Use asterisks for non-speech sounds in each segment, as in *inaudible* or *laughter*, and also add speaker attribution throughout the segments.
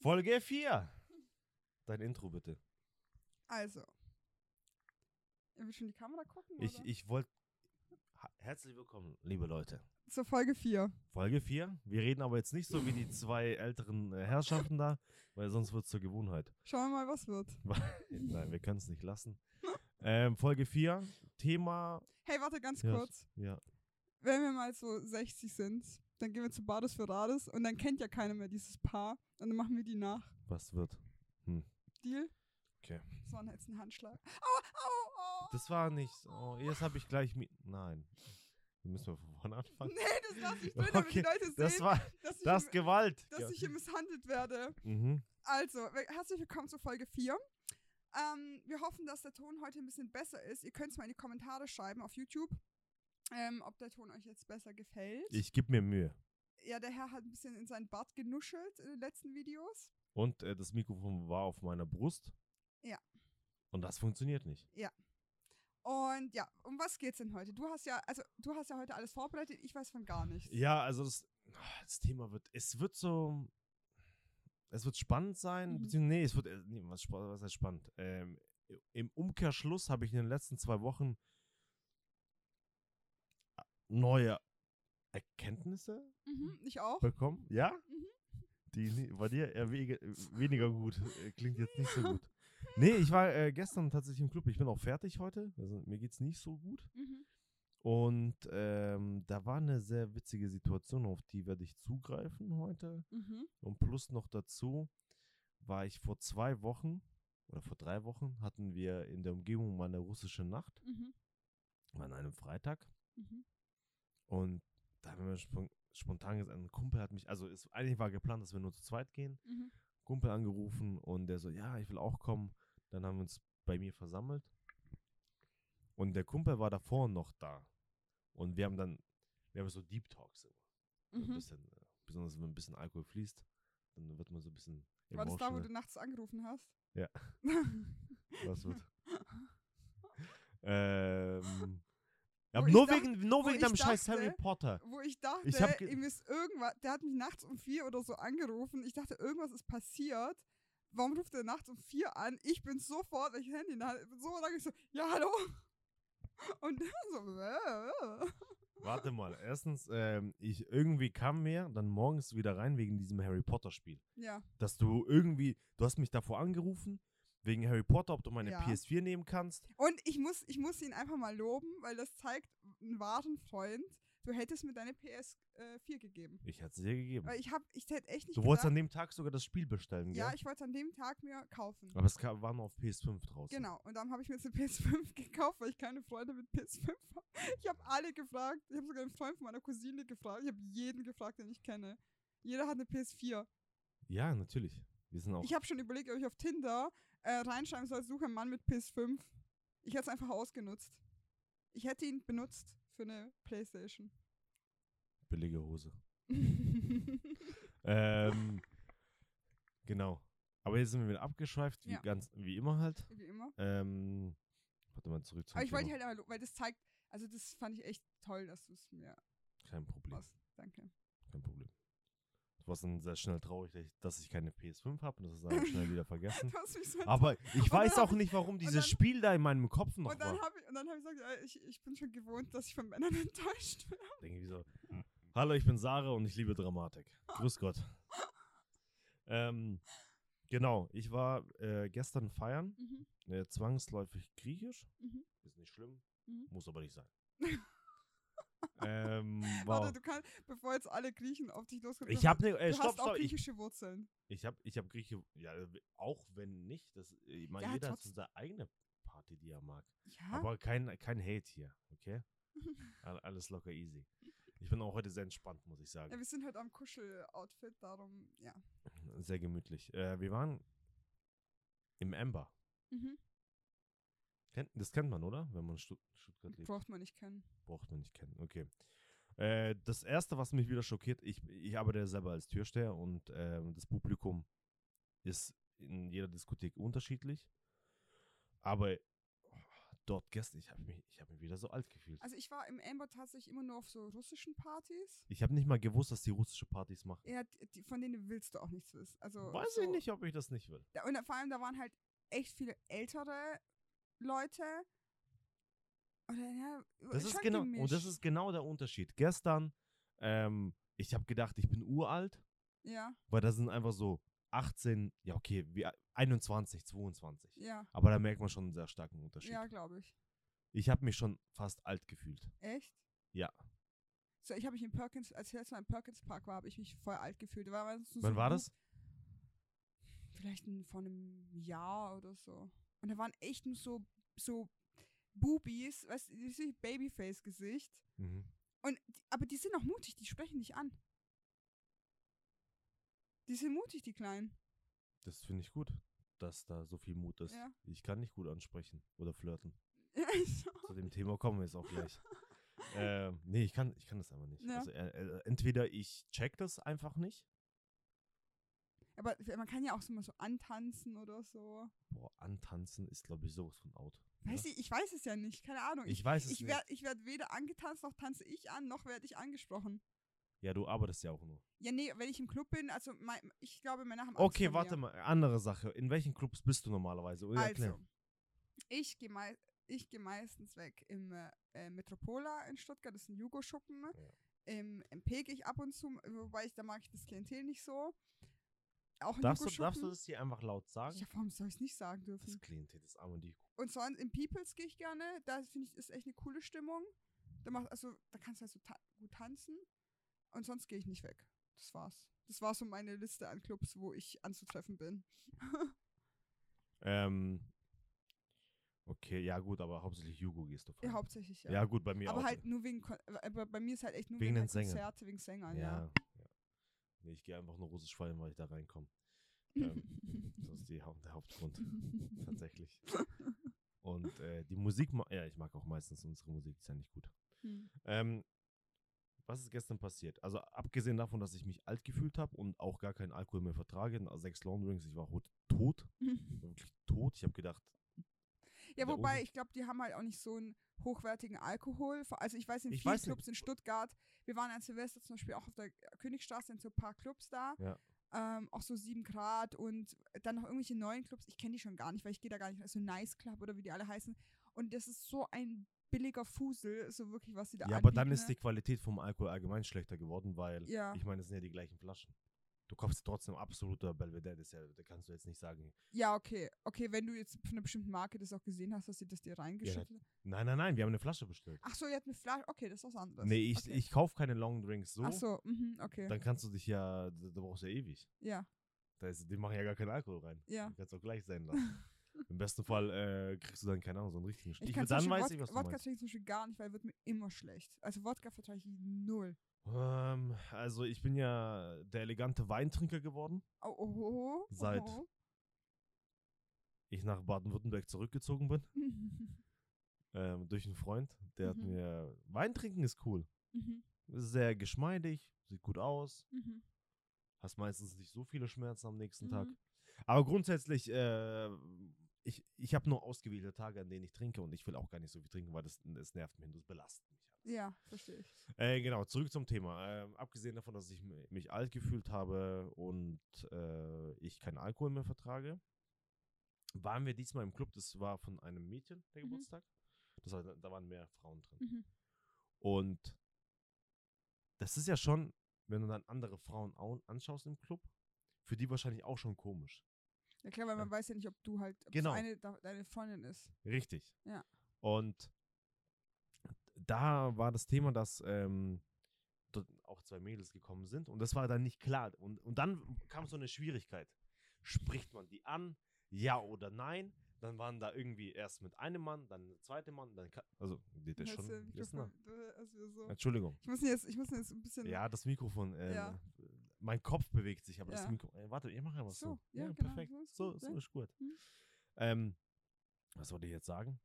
Speaker 1: Folge 4. Dein Intro bitte.
Speaker 2: Also. Ihr will schon die Kamera gucken?
Speaker 1: Ich,
Speaker 2: oder?
Speaker 1: ich wollte. Herzlich willkommen, liebe Leute.
Speaker 2: Zur Folge 4.
Speaker 1: Folge 4. Wir reden aber jetzt nicht so wie die zwei älteren äh, Herrschaften da, weil sonst wird es zur Gewohnheit. Äh,
Speaker 2: Schauen wir mal, was wird.
Speaker 1: Nein, wir können es nicht *laughs* lassen. Ähm, Folge 4. Thema.
Speaker 2: Hey, warte ganz
Speaker 1: Ja.
Speaker 2: kurz.
Speaker 1: Ja.
Speaker 2: Wenn wir mal so 60 sind, dann gehen wir zu Bades für Rades und dann kennt ja keiner mehr dieses Paar. Und dann machen wir die nach.
Speaker 1: Was wird?
Speaker 2: Deal?
Speaker 1: Okay.
Speaker 2: Das war jetzt ein Handschlag. Au, au, au.
Speaker 1: Das war nichts. Oh, jetzt habe ich gleich. Mi Nein. Müssen wir von vorne anfangen? *laughs*
Speaker 2: Nee, das lasse ich drin, damit
Speaker 1: Okay,
Speaker 2: die Leute sehen,
Speaker 1: Das war.
Speaker 2: dass, ich
Speaker 1: Das
Speaker 2: hier,
Speaker 1: Gewalt.
Speaker 2: dass ich hier misshandelt werde.
Speaker 1: mhm.
Speaker 2: Also, we- herzlich willkommen zur Folge 4. Ähm, wir hoffen, dass der Ton heute ein bisschen besser ist. Ihr könnt es mal in die Kommentare schreiben auf YouTube, ähm, ob der Ton euch jetzt besser gefällt.
Speaker 1: Ich gebe mir Mühe.
Speaker 2: ja, der Herr hat ein bisschen in seinen Bart genuschelt in den letzten Videos.
Speaker 1: Und äh, das Mikrofon war auf meiner Brust.
Speaker 2: Ja.
Speaker 1: Und das funktioniert nicht.
Speaker 2: Und ja, um was geht's denn heute? Du hast ja, also du hast ja heute alles vorbereitet, ich weiß von gar nichts.
Speaker 1: Ja, also das, das Thema wird, es wird so, es wird spannend sein,
Speaker 2: Mhm.
Speaker 1: beziehungsweise, nee, es wird, äh, nee, was, spa- was heißt spannend? Ähm, Im Umkehrschluss habe ich in den letzten zwei Wochen äh, neue Erkenntnisse
Speaker 2: Mhm, ich auch.
Speaker 1: bekommen, ja?
Speaker 2: Mhm.
Speaker 1: Die ni- bei dir eher wege, weniger gut. äh, Klingt jetzt nicht so gut. Nee, ich war äh, gestern tatsächlich im Club. Ich bin auch fertig heute. Also mir geht's nicht so gut.
Speaker 2: Mhm.
Speaker 1: Und ähm, da war eine sehr witzige Situation, auf die werde ich zugreifen heute.
Speaker 2: Mhm.
Speaker 1: Und plus noch dazu war ich vor zwei Wochen oder vor drei Wochen hatten wir in der Umgebung mal eine russische Nacht,
Speaker 2: Mhm.
Speaker 1: war an einem Freitag.
Speaker 2: Mhm.
Speaker 1: Und da haben wir spon- spontan gesagt, ein Kumpel hat mich, also ist, eigentlich war geplant, dass wir nur zu zweit gehen.
Speaker 2: Mhm.
Speaker 1: Kumpel angerufen und der so, ja, ich will auch kommen. Dann haben wir uns bei mir versammelt. Und der Kumpel war davor noch da. Und wir haben dann, wir haben so Deep Talks immer. So Ein
Speaker 2: Mhm.
Speaker 1: bisschen, äh, besonders wenn ein bisschen Alkohol fließt, dann wird man so ein bisschen
Speaker 2: War das da, wo
Speaker 1: emotional.
Speaker 2: du nachts angerufen hast?
Speaker 1: Ja. Was
Speaker 2: *laughs*
Speaker 1: wird? ähm, ja,
Speaker 2: Wo
Speaker 1: aber
Speaker 2: ich
Speaker 1: nur
Speaker 2: dach-
Speaker 1: wegen, nur
Speaker 2: wo
Speaker 1: wegen
Speaker 2: ich
Speaker 1: dem scheiß
Speaker 2: dachte,
Speaker 1: Harry Potter.
Speaker 2: wo ich dachte,
Speaker 1: Ich hab ge-
Speaker 2: ihm ist irgendwas, der hat mich nachts um vier oder so angerufen. Ich dachte, irgendwas ist passiert. Warum ruft er nachts um vier an? Ich bin sofort, ich Handy in der Hand, ich bin so lange so, ja, hallo. *laughs* Und er so, *laughs* äh, äh.
Speaker 1: Warte mal, erstens, ähm, ich irgendwie kam mir dann morgens wieder rein wegen diesem Harry Potter Spiel.
Speaker 2: ja,
Speaker 1: dass du irgendwie, du hast mich davor angerufen, wegen Harry Potter, ob du meine
Speaker 2: Ja.
Speaker 1: PS4 nehmen kannst.
Speaker 2: Und ich muss, ich muss ihn einfach mal loben, weil das zeigt einen wahren Freund. Du hättest mir deine PS4 gegeben.
Speaker 1: Ich hätte sie dir gegeben.
Speaker 2: Weil ich hab, Äh, ich hätte echt nicht
Speaker 1: Du wolltest an dem
Speaker 2: gedacht,
Speaker 1: Tag sogar das Spiel bestellen,
Speaker 2: ja,
Speaker 1: gell?
Speaker 2: ich wollte an dem Tag mir kaufen.
Speaker 1: Aber es kam, war nur auf PS5 draußen.
Speaker 2: Genau, und dann habe ich mir *laughs* jetzt eine PS5 gekauft, weil ich keine Freunde mit PS5 habe. Ich habe alle gefragt. Ich habe sogar einen Freund von meiner Cousine gefragt. Ich habe jeden gefragt, den ich kenne. Jeder hat eine PS4.
Speaker 1: Ja, natürlich. Wir sind auch.
Speaker 2: Ich habe schon überlegt, ob ich auf Tinder äh, reinschreiben soll, suche einen Mann mit PS5. Ich hätte es einfach ausgenutzt. Ich hätte ihn benutzt für eine Playstation. *laughs*
Speaker 1: Billige Hose.
Speaker 2: *laughs*
Speaker 1: Ähm, genau. Aber jetzt sind wir wieder abgeschweift, wie,
Speaker 2: Ja.
Speaker 1: ganz, wie immer halt.
Speaker 2: Wie immer.
Speaker 1: Ähm, warte mal zurück zum
Speaker 2: Aber ich wollte
Speaker 1: Thema.
Speaker 2: halt einmal, lo- weil das zeigt, also das fand ich echt toll, dass du es mir
Speaker 1: Kein Problem.
Speaker 2: aus. Danke. *laughs*
Speaker 1: Kein Problem. Du warst dann sehr schnell traurig, dass ich- dass ich keine PS5 habe und das ist dann schnell wieder vergessen.
Speaker 2: Du hast mich so
Speaker 1: Aber ich
Speaker 2: dann
Speaker 1: weiß
Speaker 2: hab
Speaker 1: auch nicht, warum dieses
Speaker 2: dann-
Speaker 1: Spiel da in meinem Kopf noch
Speaker 2: Und dann
Speaker 1: war.
Speaker 2: habe ich, und dann hab ich gesagt, ja, ich, ich bin schon gewohnt, dass ich von Männern *laughs* enttäuscht werde.
Speaker 1: Denke ich so, Hallo, ich bin Sarah und ich liebe Dramatik. Grüß
Speaker 2: *laughs*
Speaker 1: Gott. ähm, genau, ich war äh, gestern feiern, äh, zwangsläufig griechisch.
Speaker 2: Mhm.
Speaker 1: Ist nicht schlimm,
Speaker 2: Mhm.
Speaker 1: muss aber
Speaker 2: *laughs*
Speaker 1: nicht sein. ähm, wow.
Speaker 2: Warte, du kannst, bevor jetzt alle Griechen auf dich loskommen.
Speaker 1: ich
Speaker 2: du
Speaker 1: habe
Speaker 2: hast-
Speaker 1: ne, äh,
Speaker 2: du
Speaker 1: stopp,
Speaker 2: hast auch
Speaker 1: stopp. Ich,
Speaker 2: griechische Wurzeln.
Speaker 1: ich habe, ich habe Grieche, ja, äh, auch wenn nicht, das, ich meine,
Speaker 2: Ja,
Speaker 1: jeder hat so
Speaker 2: trotz-
Speaker 1: seine eigene Party, die er mag.
Speaker 2: Ja.
Speaker 1: Aber kein, kein Hate hier,
Speaker 2: *laughs*
Speaker 1: okay? Al- Alles locker easy. Ich bin auch heute sehr entspannt, muss ich
Speaker 2: ja,
Speaker 1: sagen.
Speaker 2: wir sind halt am Kuschel-Outfit, darum, ja.
Speaker 1: Sehr gemütlich. Äh, wir waren im Ember.
Speaker 2: Mhm.
Speaker 1: Kennt, das kennt man, oder? Wenn man in Stutt Stuttgart lebt.
Speaker 2: Braucht man nicht kennen.
Speaker 1: Braucht man nicht kennen. Okay. Äh, das erste, was mich wieder schockiert, ich, ich arbeite ja selber als Türsteher und ähm, das Publikum ist in jeder Diskothek unterschiedlich. Aber oh, dort gestern, ich habe mich, ich hab mich wieder so alt gefühlt.
Speaker 2: Also ich war im Amber tatsächlich immer nur auf so russischen Partys.
Speaker 1: ich habe nicht mal gewusst, dass die russische Partys machen.
Speaker 2: Ja, die, die- von denen willst du auch nichts wissen. Also
Speaker 1: Weiß
Speaker 2: so,
Speaker 1: ich nicht, ob ich das nicht will.
Speaker 2: Da, und da- vor allem, da waren halt echt viele ältere Leute. Oder, ja,
Speaker 1: Das ist
Speaker 2: schon
Speaker 1: genau, und das
Speaker 2: gemischt.
Speaker 1: ist genau der Unterschied. Gestern, ähm, ich habe gedacht, ich bin uralt,
Speaker 2: Ja,
Speaker 1: weil da sind einfach so 18, ja okay, wie a- 21, 22.
Speaker 2: ja,
Speaker 1: Aber da merkt man schon einen sehr starken Unterschied.
Speaker 2: ja, glaube ich.
Speaker 1: Ich habe mich schon fast alt gefühlt.
Speaker 2: Echt?
Speaker 1: Ja.
Speaker 2: So, ich habe mich in Perkins, als ich letztes Mal im Perkins Park war, habe ich mich voll alt gefühlt. Da War meistens nur so
Speaker 1: Wann
Speaker 2: ein
Speaker 1: war
Speaker 2: Gru-
Speaker 1: das?
Speaker 2: Vielleicht in, vor einem Jahr oder so. Und da waren echt nur so, so Boobies, weißt du, dieses Babyface-Gesicht.
Speaker 1: Mhm.
Speaker 2: Und, die- aber die sind auch mutig, die sprechen dich an. Die sind mutig, die Kleinen. *laughs*
Speaker 1: Das finde ich gut, dass da so viel Mut ist.
Speaker 2: Ja.
Speaker 1: Ich kann nicht gut ansprechen oder
Speaker 2: *laughs*
Speaker 1: flirten. Zu dem Thema kommen wir jetzt auch gleich. ähm, nee, ich kann, ich kann das einfach nicht.
Speaker 2: Ja.
Speaker 1: Also, äh, äh, entweder ich check das einfach nicht.
Speaker 2: aber man kann ja auch so mal so antanzen oder so.
Speaker 1: Boah, antanzen ist, glaube ich, sowas von out. oder?
Speaker 2: Weiß ich, ich weiß es ja nicht, keine Ahnung.
Speaker 1: ich weiß es
Speaker 2: ich
Speaker 1: nicht.
Speaker 2: werde ich werd weder angetanzt, noch tanze ich an, noch werde ich angesprochen.
Speaker 1: ja, du arbeitest ja auch nur.
Speaker 2: Ja, nee, wenn ich im Club bin, also mein, ich glaube, meine haben Angst
Speaker 1: Okay,
Speaker 2: vor
Speaker 1: warte
Speaker 2: mir.
Speaker 1: mal. Andere Sache. In welchen Clubs bist du normalerweise? Oder
Speaker 2: Also,
Speaker 1: erklär.
Speaker 2: ich gehe mei ich geh meistens weg im äh, äh, Metropola in Stuttgart, das ist ein Jugo-Schuppen.
Speaker 1: Ja.
Speaker 2: Im MP gehe ich ab und zu, wobei ich, da mag ich das Klientel nicht so. Auch in
Speaker 1: Darfst, du,
Speaker 2: Jugo-Schuppen.
Speaker 1: darfst du das hier einfach laut sagen?
Speaker 2: Ja, warum soll ich es nicht sagen dürfen?
Speaker 1: Das Klientel das arme die.
Speaker 2: Und sonst im Peoples gehe ich gerne. Da finde ich, ist echt eine coole Stimmung. Da, macht, also, da kannst du halt so ta gut tanzen. Und sonst gehe ich nicht weg. Das war's. Das war so meine Liste an Clubs, wo ich anzutreffen bin.
Speaker 1: Ähm, okay, ja gut, aber hauptsächlich Jugo gehst du
Speaker 2: Ja,
Speaker 1: feiern.
Speaker 2: hauptsächlich, ja.
Speaker 1: Ja, gut, bei mir
Speaker 2: aber
Speaker 1: auch.
Speaker 2: halt nur wegen, Kon aber bei mir ist halt echt nur
Speaker 1: Wegen
Speaker 2: wegen,
Speaker 1: den
Speaker 2: halt
Speaker 1: Sängern.
Speaker 2: Konzerte, wegen Sängern, ja.
Speaker 1: Ja. ja. Nee, ich gehe einfach nur russisch feiern, weil ich da reinkomme.
Speaker 2: *laughs*
Speaker 1: Ähm, das ist die, Hau- der Hauptgrund, tatsächlich. Und äh, die Musik, ma- ja, ich mag auch meistens unsere Musik, ist ja nicht gut.
Speaker 2: Hm.
Speaker 1: Ähm, was ist gestern passiert? Also abgesehen davon, dass ich mich alt gefühlt habe und auch gar keinen Alkohol mehr vertrage, na, sechs Longdrinks, ich war rot- tot, wirklich tot. Ich habe gedacht,
Speaker 2: *laughs* ja,
Speaker 1: Da
Speaker 2: wobei,
Speaker 1: oben.
Speaker 2: ich glaube, die haben halt auch nicht so einen hochwertigen Alkohol. Vor- Also ich weiß, in
Speaker 1: Ich
Speaker 2: vielen
Speaker 1: weiß nicht.
Speaker 2: Clubs in Stuttgart, wir waren an Silvester zum Beispiel auch auf der Königstraße in so ein paar Clubs da.
Speaker 1: Ja.
Speaker 2: Ähm, auch so 7 Grad und dann noch irgendwelche neuen Clubs. Ich kenne die schon gar nicht, weil ich gehe da gar nicht. Also Nice Club oder wie die alle heißen. Und das ist so ein billiger Fusel, so wirklich, was sie da
Speaker 1: ja, aber dann
Speaker 2: anbieten,
Speaker 1: ist
Speaker 2: ne?
Speaker 1: die Qualität vom Alkohol allgemein schlechter geworden, weil
Speaker 2: Ja.
Speaker 1: ich meine, es sind ja die gleichen Flaschen. Du kaufst trotzdem absoluter Belvedere, das ist ja, da kannst du jetzt nicht sagen,
Speaker 2: Ja, okay. Okay, wenn du jetzt von einer bestimmten Marke das auch gesehen hast, dass sie das dir reingeschüttet hat.
Speaker 1: nein, nein, nein, wir haben eine Flasche bestellt.
Speaker 2: Ach so, ihr habt eine Flasche. Okay, das ist was anderes.
Speaker 1: nee, ich,
Speaker 2: okay.
Speaker 1: ich kaufe keine Longdrinks so,
Speaker 2: Ach so, mhm, okay.
Speaker 1: dann kannst du dich ja, da da brauchst du ja ewig.
Speaker 2: ja,
Speaker 1: Da ist, die machen ja gar keinen Alkohol rein.
Speaker 2: Ja.
Speaker 1: Du kannst auch gleich sein
Speaker 2: *laughs*
Speaker 1: lassen. Im besten Fall äh, kriegst du dann, keine Ahnung, so einen richtigen
Speaker 2: ich
Speaker 1: Stiefel.
Speaker 2: kann zum
Speaker 1: dann
Speaker 2: Beispiel
Speaker 1: weiß
Speaker 2: Wod-
Speaker 1: ich, was du
Speaker 2: Wodka
Speaker 1: meinst.
Speaker 2: trinke ich zum Beispiel gar nicht, weil wird mir immer schlecht. Also Wodka vertrage ich null.
Speaker 1: Ähm, also ich bin ja der elegante Weintrinker geworden.
Speaker 2: Oh, oh, oh, oh,
Speaker 1: Seit-
Speaker 2: oh.
Speaker 1: Ich nach Baden-Württemberg zurückgezogen bin.
Speaker 2: Mhm.
Speaker 1: Ähm, durch einen Freund. Der hat
Speaker 2: Mhm.
Speaker 1: mir, Wein trinken ist cool.
Speaker 2: Mhm.
Speaker 1: Ist Sehr geschmeidig, sieht gut aus.
Speaker 2: Mhm.
Speaker 1: Hast meistens nicht so viele Schmerzen am nächsten
Speaker 2: Mhm.
Speaker 1: Tag. Aber grundsätzlich, äh, ich, ich habe nur ausgewählte Tage, an denen ich trinke und ich will auch gar nicht so viel trinken, weil das, das nervt mich und das belastet mich.
Speaker 2: Ja, verstehe ich.
Speaker 1: Äh, genau, zurück zum Thema. Ähm, abgesehen davon, dass ich m- mich alt gefühlt habe und äh, ich keinen Alkohol mehr vertrage, waren wir diesmal im Club. Das war von einem Mädchen der
Speaker 2: Mhm.
Speaker 1: Geburtstag. Das war, da waren mehr Frauen drin.
Speaker 2: Mhm.
Speaker 1: Und das ist ja schon, wenn du dann andere Frauen au- anschaust im Club, für die wahrscheinlich auch schon komisch.
Speaker 2: Ja klar, weil man
Speaker 1: Ja.
Speaker 2: weiß ja nicht, ob du halt, ob das
Speaker 1: Genau.
Speaker 2: eine da, deine Freundin ist.
Speaker 1: Richtig.
Speaker 2: Ja.
Speaker 1: Und da war das Thema, dass ähm, dort auch zwei Mädels gekommen sind und das war dann nicht klar. Und, und dann kam so eine Schwierigkeit. Spricht man die an? Ja oder nein? Dann waren da irgendwie erst mit einem Mann, dann der zweite Mann, dann ka- also geht das
Speaker 2: Weißt
Speaker 1: schon.
Speaker 2: du,
Speaker 1: wissen wir.
Speaker 2: Mikrofon- äh, also so.
Speaker 1: Entschuldigung.
Speaker 2: Ich muss ihn jetzt, ich muss ihn jetzt ein bisschen.
Speaker 1: Ja, das Mikrofon. Äh,
Speaker 2: Ja.
Speaker 1: Mein Kopf bewegt sich, aber das
Speaker 2: Ja.
Speaker 1: Mikrofon. Äh, warte, ich mache einfach so.
Speaker 2: So, ja, genau,
Speaker 1: perfekt.
Speaker 2: so ist
Speaker 1: So,
Speaker 2: gut,
Speaker 1: so
Speaker 2: ja.
Speaker 1: ist gut.
Speaker 2: Mhm.
Speaker 1: Ähm, was wollte ich jetzt sagen?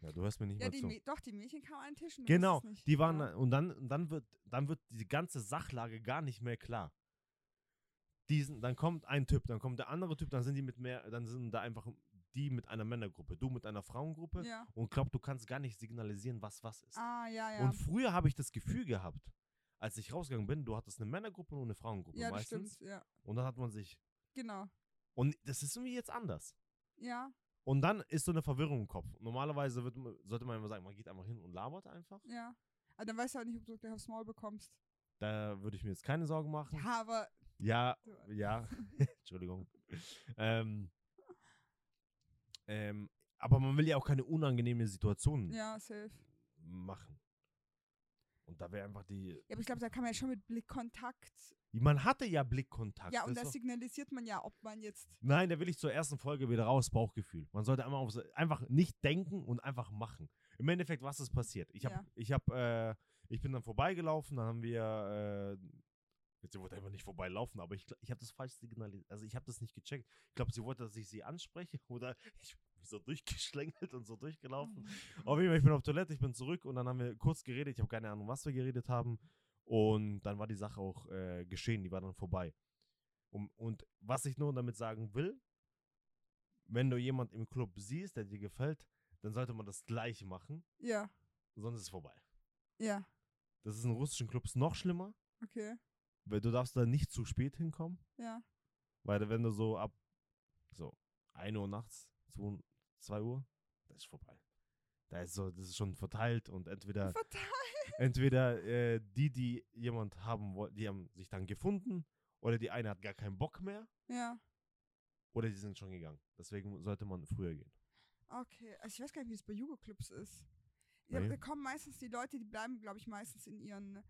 Speaker 1: Ja, du hörst mir nicht
Speaker 2: ja
Speaker 1: mal
Speaker 2: die
Speaker 1: zu.
Speaker 2: Mä- doch, die Mädchen kamen an den Tisch. und du
Speaker 1: Genau,
Speaker 2: wusstest nicht.
Speaker 1: die waren
Speaker 2: ja.
Speaker 1: und dann und dann wird dann wird die ganze Sachlage gar nicht mehr klar. Diesen, dann kommt ein Typ, dann kommt der andere Typ, dann sind die mit mehr, dann sind da einfach die mit einer Männergruppe, du mit einer Frauengruppe
Speaker 2: Ja.
Speaker 1: und glaub, du kannst gar nicht signalisieren, was was ist.
Speaker 2: Ah, ja, ja.
Speaker 1: Und früher habe ich das Gefühl gehabt, als ich rausgegangen bin, du hattest eine Männergruppe und eine Frauengruppe
Speaker 2: ja, das
Speaker 1: meistens.
Speaker 2: stimmt. Ja,
Speaker 1: Und dann hat man sich.
Speaker 2: genau.
Speaker 1: Und das ist irgendwie jetzt anders.
Speaker 2: Ja,
Speaker 1: Und dann ist so eine Verwirrung im Kopf. Normalerweise wird, man- sollte man immer sagen, man geht einfach hin und labert einfach.
Speaker 2: ja. Aber dann weißt du halt nicht, ob du gleich aufs Maul bekommst.
Speaker 1: Da würde ich mir jetzt keine Sorgen machen.
Speaker 2: Ja, aber
Speaker 1: Ja,
Speaker 2: du-
Speaker 1: ja. *laughs* Entschuldigung. ähm, ähm, aber man will ja auch keine unangenehmen Situationen
Speaker 2: ja, safe.
Speaker 1: machen. Und da wäre einfach die.
Speaker 2: Ja, aber ich glaube, da kann man ja schon mit Blickkontakt.
Speaker 1: Man hatte ja Blickkontakt.
Speaker 2: Ja, und
Speaker 1: das
Speaker 2: das
Speaker 1: ist doch-
Speaker 2: signalisiert man ja, ob man jetzt.
Speaker 1: Nein, da will ich zur ersten Folge wieder raus, Bauchgefühl. Man sollte einmal aufs, einfach nicht denken und einfach machen. Im Endeffekt, was ist passiert? Ich habe,
Speaker 2: Ja.
Speaker 1: ich habe, äh, ich bin dann vorbeigelaufen, dann haben wir, äh, jetzt sie wollte einfach nicht vorbeilaufen, aber ich, gl- ich habe das falsch signalisiert, also ich habe das nicht gecheckt. Ich glaube, sie wollte, dass ich sie anspreche *laughs* oder ich bin so durchgeschlängelt und so durchgelaufen. Auf jeden Fall, ich bin auf Toilette, ich bin zurück und dann haben wir kurz geredet. Ich habe keine Ahnung, was wir geredet haben. Und dann war die Sache auch äh, geschehen, die war dann vorbei. Um, und was ich nur damit sagen will, wenn du jemand im Club siehst, der dir gefällt, dann sollte man das gleich machen,
Speaker 2: Ja,
Speaker 1: sonst ist es vorbei.
Speaker 2: ja,
Speaker 1: Das ist in russischen Clubs noch schlimmer,
Speaker 2: okay.
Speaker 1: weil du darfst da nicht zu spät hinkommen,
Speaker 2: Ja,
Speaker 1: weil wenn du so ab so 1 Uhr nachts, 2, 2 Uhr, das ist vorbei. Da ist so, das ist schon verteilt und
Speaker 2: *laughs*
Speaker 1: entweder
Speaker 2: Verteil-
Speaker 1: entweder äh, die, die jemand haben wollten, die haben sich dann gefunden, oder die eine hat gar keinen Bock mehr,
Speaker 2: ja.
Speaker 1: oder die sind schon gegangen. Deswegen sollte man früher gehen.
Speaker 2: Okay. Also ich weiß gar nicht, wie es bei Jugendclubs ist. Ja,
Speaker 1: Nee.
Speaker 2: da kommen meistens die Leute, die bleiben, glaube ich, meistens in ihren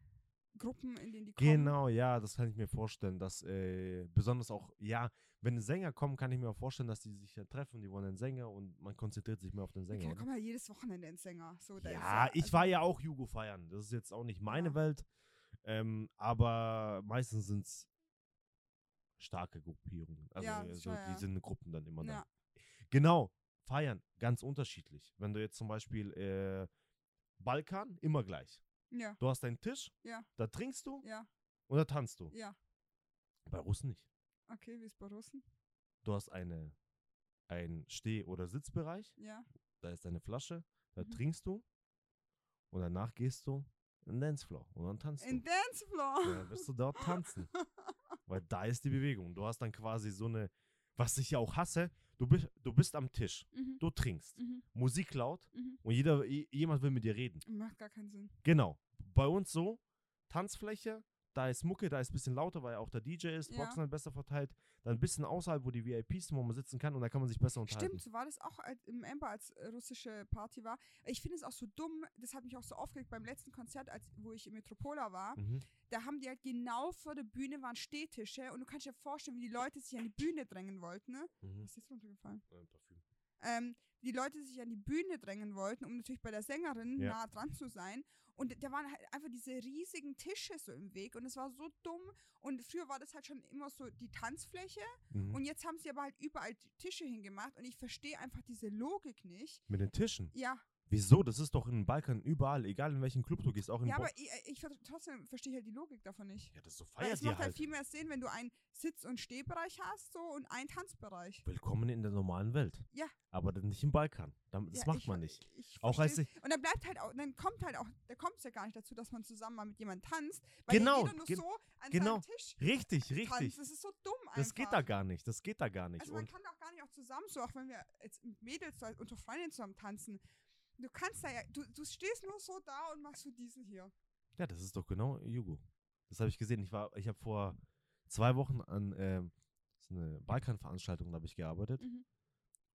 Speaker 2: Gruppen, in denen die kommen.
Speaker 1: Genau, ja, das kann ich mir vorstellen, dass äh, besonders auch, ja, wenn Sänger kommen, kann ich mir auch vorstellen, dass die sich ja treffen, die wollen einen Sänger und man konzentriert sich mehr auf den
Speaker 2: Okay,
Speaker 1: Sänger.
Speaker 2: da
Speaker 1: oder?
Speaker 2: kommen ja jedes Wochenende ein Sänger. So, da ist
Speaker 1: Ja, ich
Speaker 2: also-
Speaker 1: war ja auch Jugo feiern. Das ist jetzt auch nicht meine
Speaker 2: Ja.
Speaker 1: Welt. Ähm, aber meistens sind es starke Gruppierungen. Also
Speaker 2: Ja,
Speaker 1: äh, so,
Speaker 2: schon, ja.
Speaker 1: die sind in Gruppen dann immer
Speaker 2: Ja.
Speaker 1: da. Genau, feiern, ganz unterschiedlich. Wenn du jetzt zum Beispiel äh, Balkan, immer gleich.
Speaker 2: Ja,
Speaker 1: Du hast deinen Tisch,
Speaker 2: Ja.
Speaker 1: da trinkst du
Speaker 2: ja,
Speaker 1: und da tanzt du.
Speaker 2: ja.
Speaker 1: Bei Russen nicht.
Speaker 2: Okay, wie ist bei Russen?
Speaker 1: Du hast eine, einen Steh- oder Sitzbereich,
Speaker 2: Ja.
Speaker 1: da ist deine Flasche, da
Speaker 2: Mhm.
Speaker 1: trinkst du und danach gehst du in den Dancefloor und dann tanzt du.
Speaker 2: In *laughs*
Speaker 1: Ja,
Speaker 2: Dancefloor.
Speaker 1: dann wirst du dort tanzen. Weil da ist die Bewegung. Du hast dann quasi so eine, was ich ja auch hasse, du bist, du bist am Tisch,
Speaker 2: Mhm.
Speaker 1: du trinkst,
Speaker 2: *laughs* Mhm.
Speaker 1: Musik laut
Speaker 2: Mhm.
Speaker 1: und jeder, i- jemand will mit dir reden.
Speaker 2: Macht gar keinen Sinn.
Speaker 1: Genau. Bei uns so, Tanzfläche, da ist Mucke, da ist ein bisschen lauter, weil auch der DJ ist,
Speaker 2: Ja.
Speaker 1: Boxen halt besser verteilt, dann ein bisschen außerhalb, wo die VIPs sind, wo man sitzen kann und da kann man sich besser unterhalten.
Speaker 2: Stimmt, so war das auch als- im Amber, als äh, russische Party war. Ich finde es auch so dumm, das hat mich auch so aufgeregt beim letzten Konzert, als, wo ich in Metropola war.
Speaker 1: Mhm.
Speaker 2: Da haben die halt genau vor der Bühne waren Stehtische und du kannst dir vorstellen, wie die Leute sich an die Bühne drängen wollten. Ne?
Speaker 1: Mhm.
Speaker 2: Was ist jetzt runtergefallen?
Speaker 1: Ein Parfüm.
Speaker 2: Ähm, die Leute sich an die Bühne drängen wollten, um natürlich bei der Sängerin
Speaker 1: Ja.
Speaker 2: nah dran zu sein. Und da waren halt einfach diese riesigen Tische so im Weg und es war so dumm. Und früher war das halt schon immer so die Tanzfläche.
Speaker 1: Mhm.
Speaker 2: Und jetzt haben sie aber halt überall die Tische hingemacht und ich verstehe einfach diese Logik nicht.
Speaker 1: Mit den Tischen.
Speaker 2: Ja,
Speaker 1: Wieso? Das ist doch in den Balkan überall, egal in welchen Club du gehst, auch in
Speaker 2: ja
Speaker 1: Bo-
Speaker 2: aber ich, ich ver- trotzdem verstehe halt die Logik davon nicht.
Speaker 1: Ja, das ist so
Speaker 2: Weil
Speaker 1: feiert
Speaker 2: es
Speaker 1: ihr
Speaker 2: macht halt
Speaker 1: halt.
Speaker 2: viel mehr Sinn, wenn du einen Sitz- und Stehbereich hast so und einen Tanzbereich.
Speaker 1: Willkommen in der normalen Welt.
Speaker 2: Ja.
Speaker 1: Aber dann nicht im Balkan. Dann, das
Speaker 2: Ja,
Speaker 1: macht
Speaker 2: ich
Speaker 1: man
Speaker 2: ver-
Speaker 1: nicht.
Speaker 2: ich
Speaker 1: Auch als
Speaker 2: versteh's.
Speaker 1: ich-
Speaker 2: Und dann bleibt halt auch, dann kommt halt auch, da kommt es ja gar nicht dazu, dass man zusammen mal mit jemandem tanzt, weil
Speaker 1: Genau,
Speaker 2: ja jeder nur
Speaker 1: gen-
Speaker 2: so an
Speaker 1: genau,
Speaker 2: seinem Tisch
Speaker 1: Richtig, richtig.
Speaker 2: tanzt. Das ist so dumm einfach.
Speaker 1: Das geht da gar nicht. Das geht da gar nicht.
Speaker 2: Also man
Speaker 1: Und
Speaker 2: kann doch gar nicht auch zusammen so, auch wenn wir jetzt mit Mädels da unter Freundinnen zusammen tanzen. Du kannst da ja, du, du stehst nur so da und machst so diesen hier.
Speaker 1: ja, das ist doch genau Jugo. Das habe ich gesehen. Ich war, ich habe vor zwei Wochen an ähm, so eine Balkanveranstaltung, da habe ich gearbeitet.
Speaker 2: Mhm.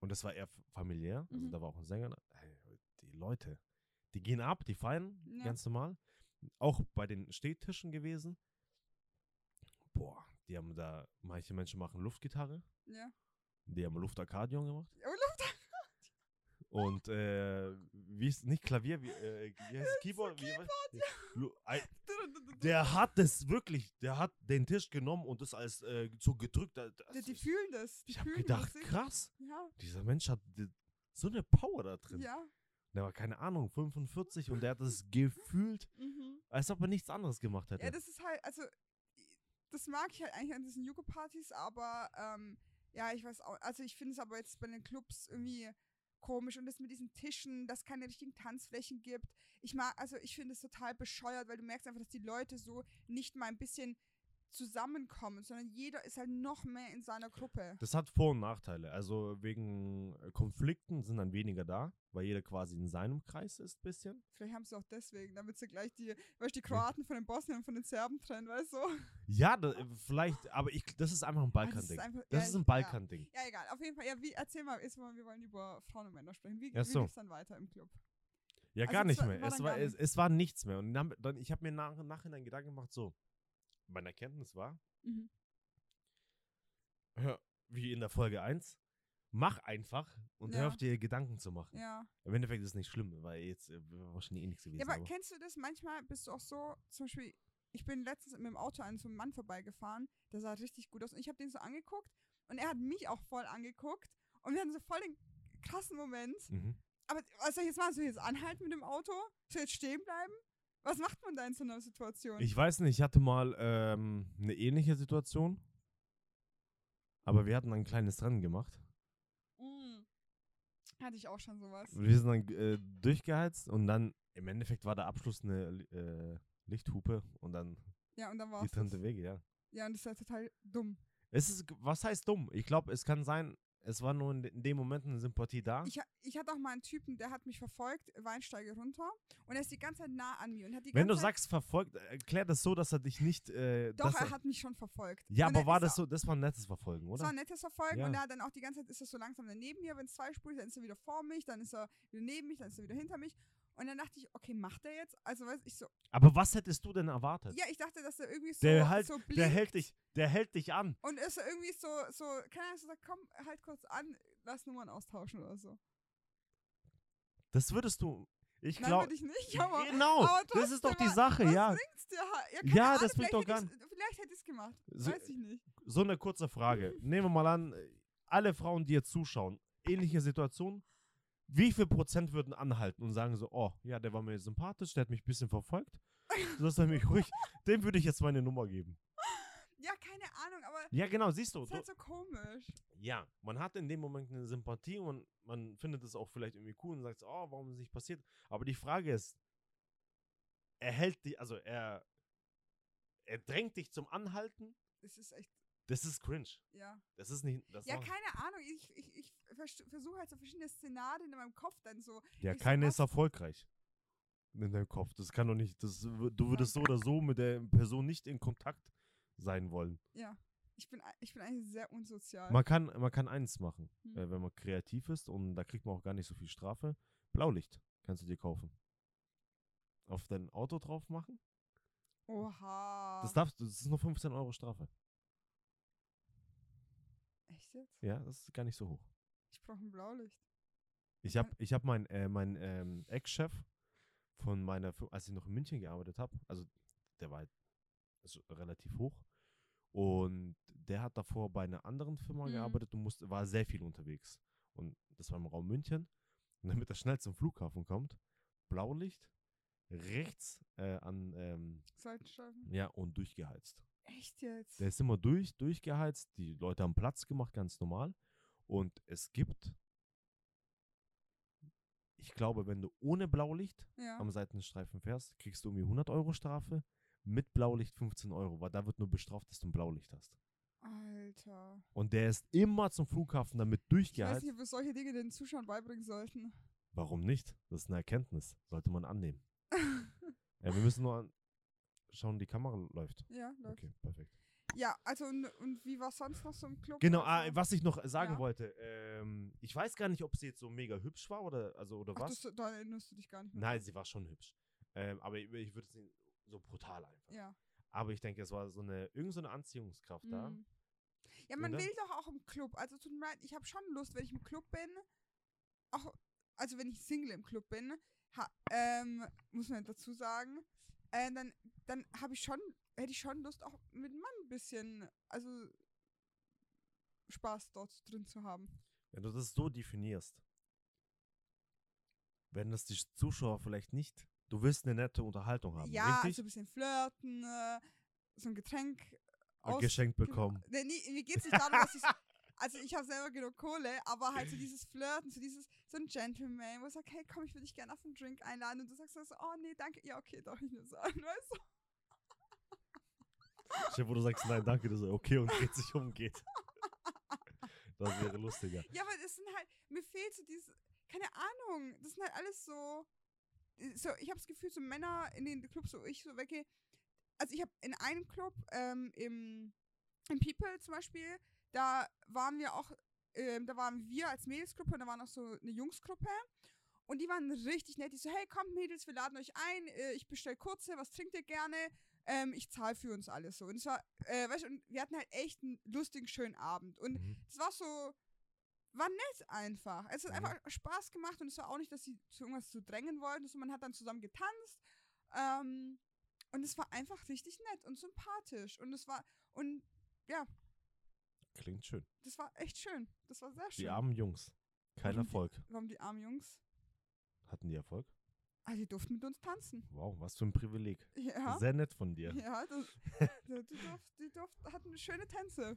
Speaker 1: Und das war eher f- familiär. Also
Speaker 2: Mhm.
Speaker 1: da war auch ein Sänger. da- Ey, Die Leute, die gehen ab, die feiern
Speaker 2: Ja.
Speaker 1: ganz normal. Auch bei den Stehtischen gewesen. Boah, die haben da, manche Menschen machen Luftgitarre.
Speaker 2: Ja. *laughs*
Speaker 1: Die haben Luftakkordeon gemacht.
Speaker 2: Oh,
Speaker 1: Und äh, wie ist nicht Klavier, wie, äh, wie
Speaker 2: *laughs*
Speaker 1: heißt es? Keyboard? Wie, was? Lu- ei, Der hat das wirklich, der hat den Tisch genommen und das als äh, so gedrückt. da- Das
Speaker 2: Die, die
Speaker 1: ist-
Speaker 2: fühlen das. Die
Speaker 1: ich habe
Speaker 2: fühlen
Speaker 1: gedacht,
Speaker 2: Musik.
Speaker 1: krass,
Speaker 2: Ja,
Speaker 1: dieser Mensch hat di- so eine Power da drin.
Speaker 2: ja.
Speaker 1: Der war, keine Ahnung, 45 und der hat das gefühlt,
Speaker 2: Mhm.
Speaker 1: als ob er nichts anderes gemacht hätte.
Speaker 2: Ja, das ist halt, also, das mag ich halt eigentlich an diesen Jugo-Partys, aber ähm, Ja, ich weiß auch. Also ich finde es aber jetzt bei den Clubs irgendwie komisch und das mit diesen Tischen, dass es keine richtigen Tanzflächen gibt. Ich mag, also ich finde es total bescheuert, weil du merkst einfach, dass die Leute so nicht mal ein bisschen zusammenkommen, sondern jeder ist halt noch mehr in seiner Gruppe.
Speaker 1: Das hat Vor- und Nachteile. Also wegen äh, Konflikten sind dann weniger da, weil jeder quasi in seinem Kreis ist, bisschen.
Speaker 2: Vielleicht haben sie auch deswegen, damit sie gleich die, weißt, du, die
Speaker 1: Hm.
Speaker 2: Kroaten von den Bosnien und von den Serben trennen, weißt du?
Speaker 1: Ja, da, äh, vielleicht, aber ich, das ist einfach ein
Speaker 2: Aber Ah, das ist
Speaker 1: Balkan-Ding.
Speaker 2: einfach- ja,
Speaker 1: Das ist
Speaker 2: ich-
Speaker 1: ein Balkan-Ding.
Speaker 2: Ja. ja, egal. Auf jeden Fall, ja, wie, erzähl mal, jetzt, wollen- wir wollen über Frauen und Männer sprechen. Wie,
Speaker 1: Ach
Speaker 2: wie
Speaker 1: so.
Speaker 2: geht's dann weiter im Club?
Speaker 1: Ja,
Speaker 2: Also
Speaker 1: gar
Speaker 2: es
Speaker 1: nicht
Speaker 2: war-
Speaker 1: mehr.
Speaker 2: war
Speaker 1: es,
Speaker 2: dann
Speaker 1: war,
Speaker 2: gar
Speaker 1: es,
Speaker 2: nicht.
Speaker 1: es war nichts mehr. Und dann, dann, ich habe mir nach, im nachhinein Gedanken gemacht, so, meine Erkenntnis war,
Speaker 2: Mhm.
Speaker 1: hör, wie in der Folge 1, mach einfach und hör
Speaker 2: Ja.
Speaker 1: auf dir Gedanken zu machen.
Speaker 2: Ja.
Speaker 1: Im Endeffekt ist es nicht schlimm, weil jetzt äh, war wahrscheinlich eh nichts gewesen.
Speaker 2: Ja, aber
Speaker 1: aber-
Speaker 2: kennst du das? Manchmal bist du auch so, zum Beispiel, ich bin letztens mit dem Auto an so einem Mann vorbeigefahren, der sah richtig gut aus. Und ich habe den so angeguckt und er hat mich auch voll angeguckt. Und wir hatten so voll den krassen Moment.
Speaker 1: mhm.
Speaker 2: Aber was soll ich jetzt machen? Soll ich jetzt anhalten mit dem Auto? Soll ich jetzt stehen bleiben? Was macht man da in so einer Situation?
Speaker 1: Ich weiß nicht, ich hatte mal ähm, eine ähnliche Situation. Aber wir hatten ein kleines Rennen gemacht.
Speaker 2: Mm. Hatte ich auch schon sowas.
Speaker 1: Wir sind dann äh, durchgeheizt und dann im Endeffekt war der Abschluss eine Li- äh, Lichthupe und dann
Speaker 2: Ja, und dann war
Speaker 1: getrennte Wege, ja.
Speaker 2: Ja, und das war total dumm.
Speaker 1: Es ist, g- was heißt dumm? Ich glaube, es kann sein, es war nur in, de- in dem Moment eine Sympathie da.
Speaker 2: Ich, ha- ich hatte auch mal einen Typen, der hat mich verfolgt, Weinsteige runter. Und er ist die ganze Zeit nah an mir. Und hat die
Speaker 1: Wenn du
Speaker 2: ganze Zeit
Speaker 1: sagst verfolgt, äh, erklär das so, dass er dich nicht. Äh,
Speaker 2: Doch,
Speaker 1: dass
Speaker 2: er hat mich schon verfolgt.
Speaker 1: ja,
Speaker 2: Und
Speaker 1: aber
Speaker 2: er
Speaker 1: war
Speaker 2: ist
Speaker 1: das
Speaker 2: auch-
Speaker 1: so? Das war ein nettes Verfolgen,
Speaker 2: Es war
Speaker 1: oder?
Speaker 2: ein nettes Verfolgen
Speaker 1: Ja.
Speaker 2: und er hat dann auch die ganze Zeit ist er so langsam daneben mir, wenn es zwei Spuren ist, dann ist er wieder vor mich, dann ist er wieder neben mich, dann ist er wieder hinter mich. Und dann dachte ich, okay, macht er jetzt? Also weiß ich so,
Speaker 1: Aber was hättest du denn erwartet?
Speaker 2: ja, ich dachte, dass er irgendwie so,
Speaker 1: Der halt-
Speaker 2: so
Speaker 1: der
Speaker 2: blinkt
Speaker 1: hält dich, der hält dich an.
Speaker 2: und ist er irgendwie so, so, keine Ahnung, so sagt, komm, halt kurz an, lass Nummern austauschen oder so.
Speaker 1: Das würdest du. Ich
Speaker 2: Nein,
Speaker 1: glaube.
Speaker 2: würde ich nicht, aber
Speaker 1: Genau,
Speaker 2: aber
Speaker 1: das ist doch die
Speaker 2: trotzdem,
Speaker 1: Sache,
Speaker 2: was
Speaker 1: ja.
Speaker 2: bringt's dir? halt? Ja,
Speaker 1: Ja,
Speaker 2: keine
Speaker 1: das
Speaker 2: Ahnung,
Speaker 1: bringt doch gar
Speaker 2: vielleicht hätte ich's- Vielleicht hätte ich es gemacht,
Speaker 1: So-
Speaker 2: weiß ich nicht.
Speaker 1: So eine kurze Frage. Nehmen wir mal an, alle Frauen, die jetzt zuschauen, ähnliche Situation. Wie viel Prozent würden anhalten und sagen so, oh, ja, der war mir sympathisch, der hat mich ein bisschen verfolgt. Lass er mich ruhig. Dem würde ich jetzt meine Nummer geben.
Speaker 2: Ja, keine Ahnung, aber
Speaker 1: Ja, genau, siehst du.
Speaker 2: es ist
Speaker 1: du
Speaker 2: halt so komisch.
Speaker 1: ja, man hat in dem Moment eine Sympathie und man findet es auch vielleicht irgendwie cool und sagt, so, oh, warum ist es nicht passiert? Aber die Frage ist, er hält dich, also er, er drängt dich zum Anhalten.
Speaker 2: Es ist echt,
Speaker 1: Das ist cringe.
Speaker 2: ja.
Speaker 1: Das ist nicht. Das
Speaker 2: Ja,
Speaker 1: macht-
Speaker 2: keine Ahnung. Ich, ich, ich versuche halt so verschiedene Szenarien in meinem Kopf dann so.
Speaker 1: Ja,
Speaker 2: Ich so,
Speaker 1: keine
Speaker 2: was-
Speaker 1: ist erfolgreich. In deinem Kopf. Das kann doch nicht. Das, wür- du würdest so oder so mit der Person nicht in Kontakt sein wollen.
Speaker 2: Ja, ich bin, ei- ich bin eigentlich sehr unsozial.
Speaker 1: Man kann, man kann eins machen,
Speaker 2: Hm.
Speaker 1: äh, wenn man kreativ ist und da kriegt man auch gar nicht so viel Strafe. Blaulicht kannst du dir kaufen. Auf dein Auto drauf machen.
Speaker 2: Oha.
Speaker 1: Das darfst du. Das ist nur 15 Euro Strafe.
Speaker 2: Echt jetzt?
Speaker 1: Ja, das ist gar nicht so hoch.
Speaker 2: Ich brauche ein Blaulicht.
Speaker 1: Ich habe ich hab meinen äh, mein, ähm, Ex-Chef von meiner, Fir- als ich noch in München gearbeitet habe, also der war halt so relativ hoch. Und der hat davor bei einer anderen Firma
Speaker 2: Mhm.
Speaker 1: gearbeitet und musste, war sehr viel unterwegs. Und das war im Raum München. Und damit er schnell zum Flughafen kommt, Blaulicht, rechts äh, an, ähm,
Speaker 2: Seitenstreifen.
Speaker 1: ja, und durchgeheizt.
Speaker 2: Echt jetzt?
Speaker 1: Der ist immer durch, durchgeheizt. Die Leute haben Platz gemacht, ganz normal. Und es gibt, ich glaube, wenn du ohne Blaulicht
Speaker 2: ja.
Speaker 1: am Seitenstreifen fährst, kriegst du irgendwie 100 Euro Strafe. Mit Blaulicht 15 Euro, weil da wird nur bestraft, dass du ein Blaulicht hast.
Speaker 2: Alter.
Speaker 1: Und der ist immer zum Flughafen damit
Speaker 2: Ich weiß
Speaker 1: durchgeheizt.
Speaker 2: nicht, ob wir solche Dinge den Zuschauern beibringen sollten.
Speaker 1: Warum nicht? Das ist eine Erkenntnis. Sollte man annehmen.
Speaker 2: *laughs*
Speaker 1: ja, wir müssen nur an schauen, die Kamera läuft.
Speaker 2: Ja, läuft.
Speaker 1: Okay, perfekt.
Speaker 2: Ja, also und, und wie war sonst noch so im Club?
Speaker 1: Genau,
Speaker 2: oder
Speaker 1: ah,
Speaker 2: so?
Speaker 1: was ich noch sagen
Speaker 2: Ja.
Speaker 1: wollte, ähm, ich weiß gar nicht, ob sie jetzt so mega hübsch war oder, also, oder
Speaker 2: Ach,
Speaker 1: was.
Speaker 2: das, da erinnerst du dich gar nicht mehr.
Speaker 1: Nein, sie war schon hübsch. Ähm, aber ich, ich würde es nicht so brutal einfach.
Speaker 2: Ja.
Speaker 1: Aber ich denke, es war so eine, irgend so eine Anziehungskraft da.
Speaker 2: Mhm. Ja, man
Speaker 1: Oder?
Speaker 2: will doch auch im Club. Also tut mir leid, ich habe schon Lust, wenn ich im Club bin, auch, also wenn ich Single im Club bin, ha, ähm, muss man dazu sagen, äh, dann, dann habe ich schon, hätte ich schon Lust, auch mit einem Mann ein bisschen, also Spaß dort drin zu haben.
Speaker 1: Wenn du das so definierst, werden das die Zuschauer vielleicht nicht. Du willst eine nette Unterhaltung haben,
Speaker 2: ja, so also ein
Speaker 1: richtig?
Speaker 2: bisschen flirten, äh, so ein Getränk
Speaker 1: Geschenkt bekommen.
Speaker 2: Ne, Nee, nee, mir geht es nicht darum, dass ich. Also ich habe selber genug Kohle, aber halt so dieses Flirten, so dieses, so ein Gentleman, wo es sagt, hey, komm, ich würde dich gerne auf einen Drink einladen. Und du sagst dann so, oh nee, danke. Ja, okay, doch, ich nehme es an, *laughs* weißt du?
Speaker 1: Chef, wo du sagst, nein, danke, das ist okay und dreht sich um,
Speaker 2: *laughs*
Speaker 1: geht. Das wäre lustiger.
Speaker 2: Ja, aber das sind halt, mir fehlt so dieses, keine Ahnung, das sind halt alles so, so ich habe das Gefühl, so Männer in den Clubs, wo ich so weggehe, also ich habe in einem Club, ähm, im, im People zum Beispiel, da waren wir auch, ähm, da waren wir als Mädelsgruppe und da war noch so eine Jungsgruppe. Und die waren richtig nett. Die so, hey, kommt Mädels, wir laden euch ein. Äh, ich bestelle kurze, was trinkt ihr gerne? Ähm, ich zahle für uns alles so. Und es war, äh, weißt du, und wir hatten halt echt einen lustigen, schönen Abend. Und
Speaker 1: Mhm.
Speaker 2: es war so, war nett einfach. Es hat
Speaker 1: Mhm.
Speaker 2: einfach Spaß gemacht und es war auch nicht, dass sie zu irgendwas zu drängen wollten. So, man hat dann zusammen getanzt. Ähm, und es war einfach richtig nett und sympathisch. Und es war, und
Speaker 1: Klingt schön.
Speaker 2: das war echt schön. Das war sehr schön.
Speaker 1: Die
Speaker 2: Mhm.
Speaker 1: armen Jungs. Kein
Speaker 2: Warum die-
Speaker 1: Erfolg.
Speaker 2: Warum die armen Jungs?
Speaker 1: Hatten die Erfolg?
Speaker 2: Ah, die durften mit uns tanzen. *laughs*
Speaker 1: Wow, was für ein Privileg.
Speaker 2: Ja.
Speaker 1: Sehr nett von dir.
Speaker 2: Ja, das, die, die, durften, die durften, hatten schöne Tänze.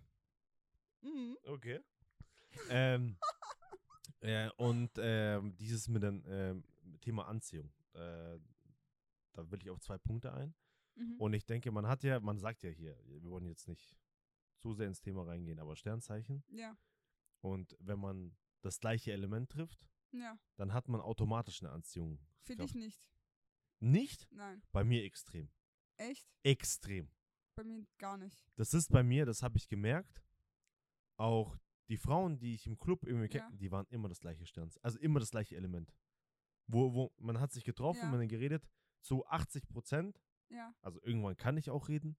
Speaker 2: Mhm.
Speaker 1: Okay. ähm, äh, und ähm, dieses mit dem ähm, Thema Anziehung. Äh, da will ich auf zwei Punkte ein.
Speaker 2: Mhm.
Speaker 1: Und ich denke, man hat ja, man sagt ja hier, wir wollen jetzt nicht zu sehr ins Thema reingehen, aber Sternzeichen.
Speaker 2: ja,
Speaker 1: Und wenn man das gleiche Element trifft,
Speaker 2: ja.
Speaker 1: dann hat man automatisch eine Anziehung.
Speaker 2: Für
Speaker 1: Kraft.
Speaker 2: dich nicht.
Speaker 1: Nicht?
Speaker 2: Nein.
Speaker 1: Bei mir extrem.
Speaker 2: Echt?
Speaker 1: Extrem.
Speaker 2: Bei mir gar nicht.
Speaker 1: Das ist bei mir, das habe ich gemerkt. Auch die Frauen, die ich im Club irgendwie
Speaker 2: Ja.
Speaker 1: kenne, die waren immer das gleiche Sternzeichen. Also immer das gleiche Element. Wo, wo man hat sich getroffen,
Speaker 2: Ja.
Speaker 1: man hat geredet, zu 80 Prozent,
Speaker 2: Ja.
Speaker 1: also irgendwann kann ich auch reden,